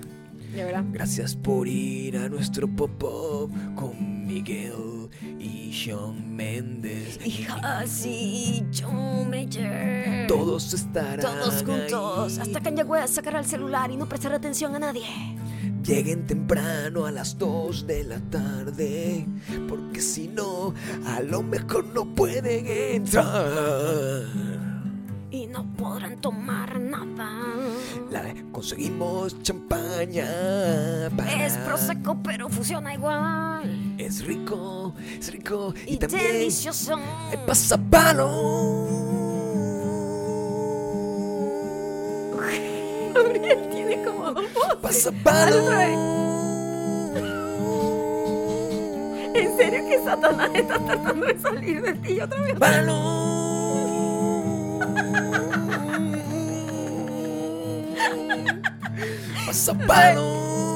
De verdad.
Gracias por ir a nuestro pop-up con Miguel y Sean Méndez.
Hija, sí, John Major.
Todos estarán
Todos juntos,
ahí.
hasta que Kanye sacará el celular y no prestar atención a nadie.
Lleguen temprano a las 2 de la tarde, porque si no, a lo mejor no pueden entrar.
Y no podrán tomar nada.
La- conseguimos champaña. para-
Es proseco, pero funciona igual.
Es rico, es rico y,
Y,
también
delicioso.
hay pasapalo.
Gabriel tiene como dos voces.
Pasapalo.
Otra vez. En serio que Satanás está tratando de salir de ti otra vez.
Balón. Pasa balón.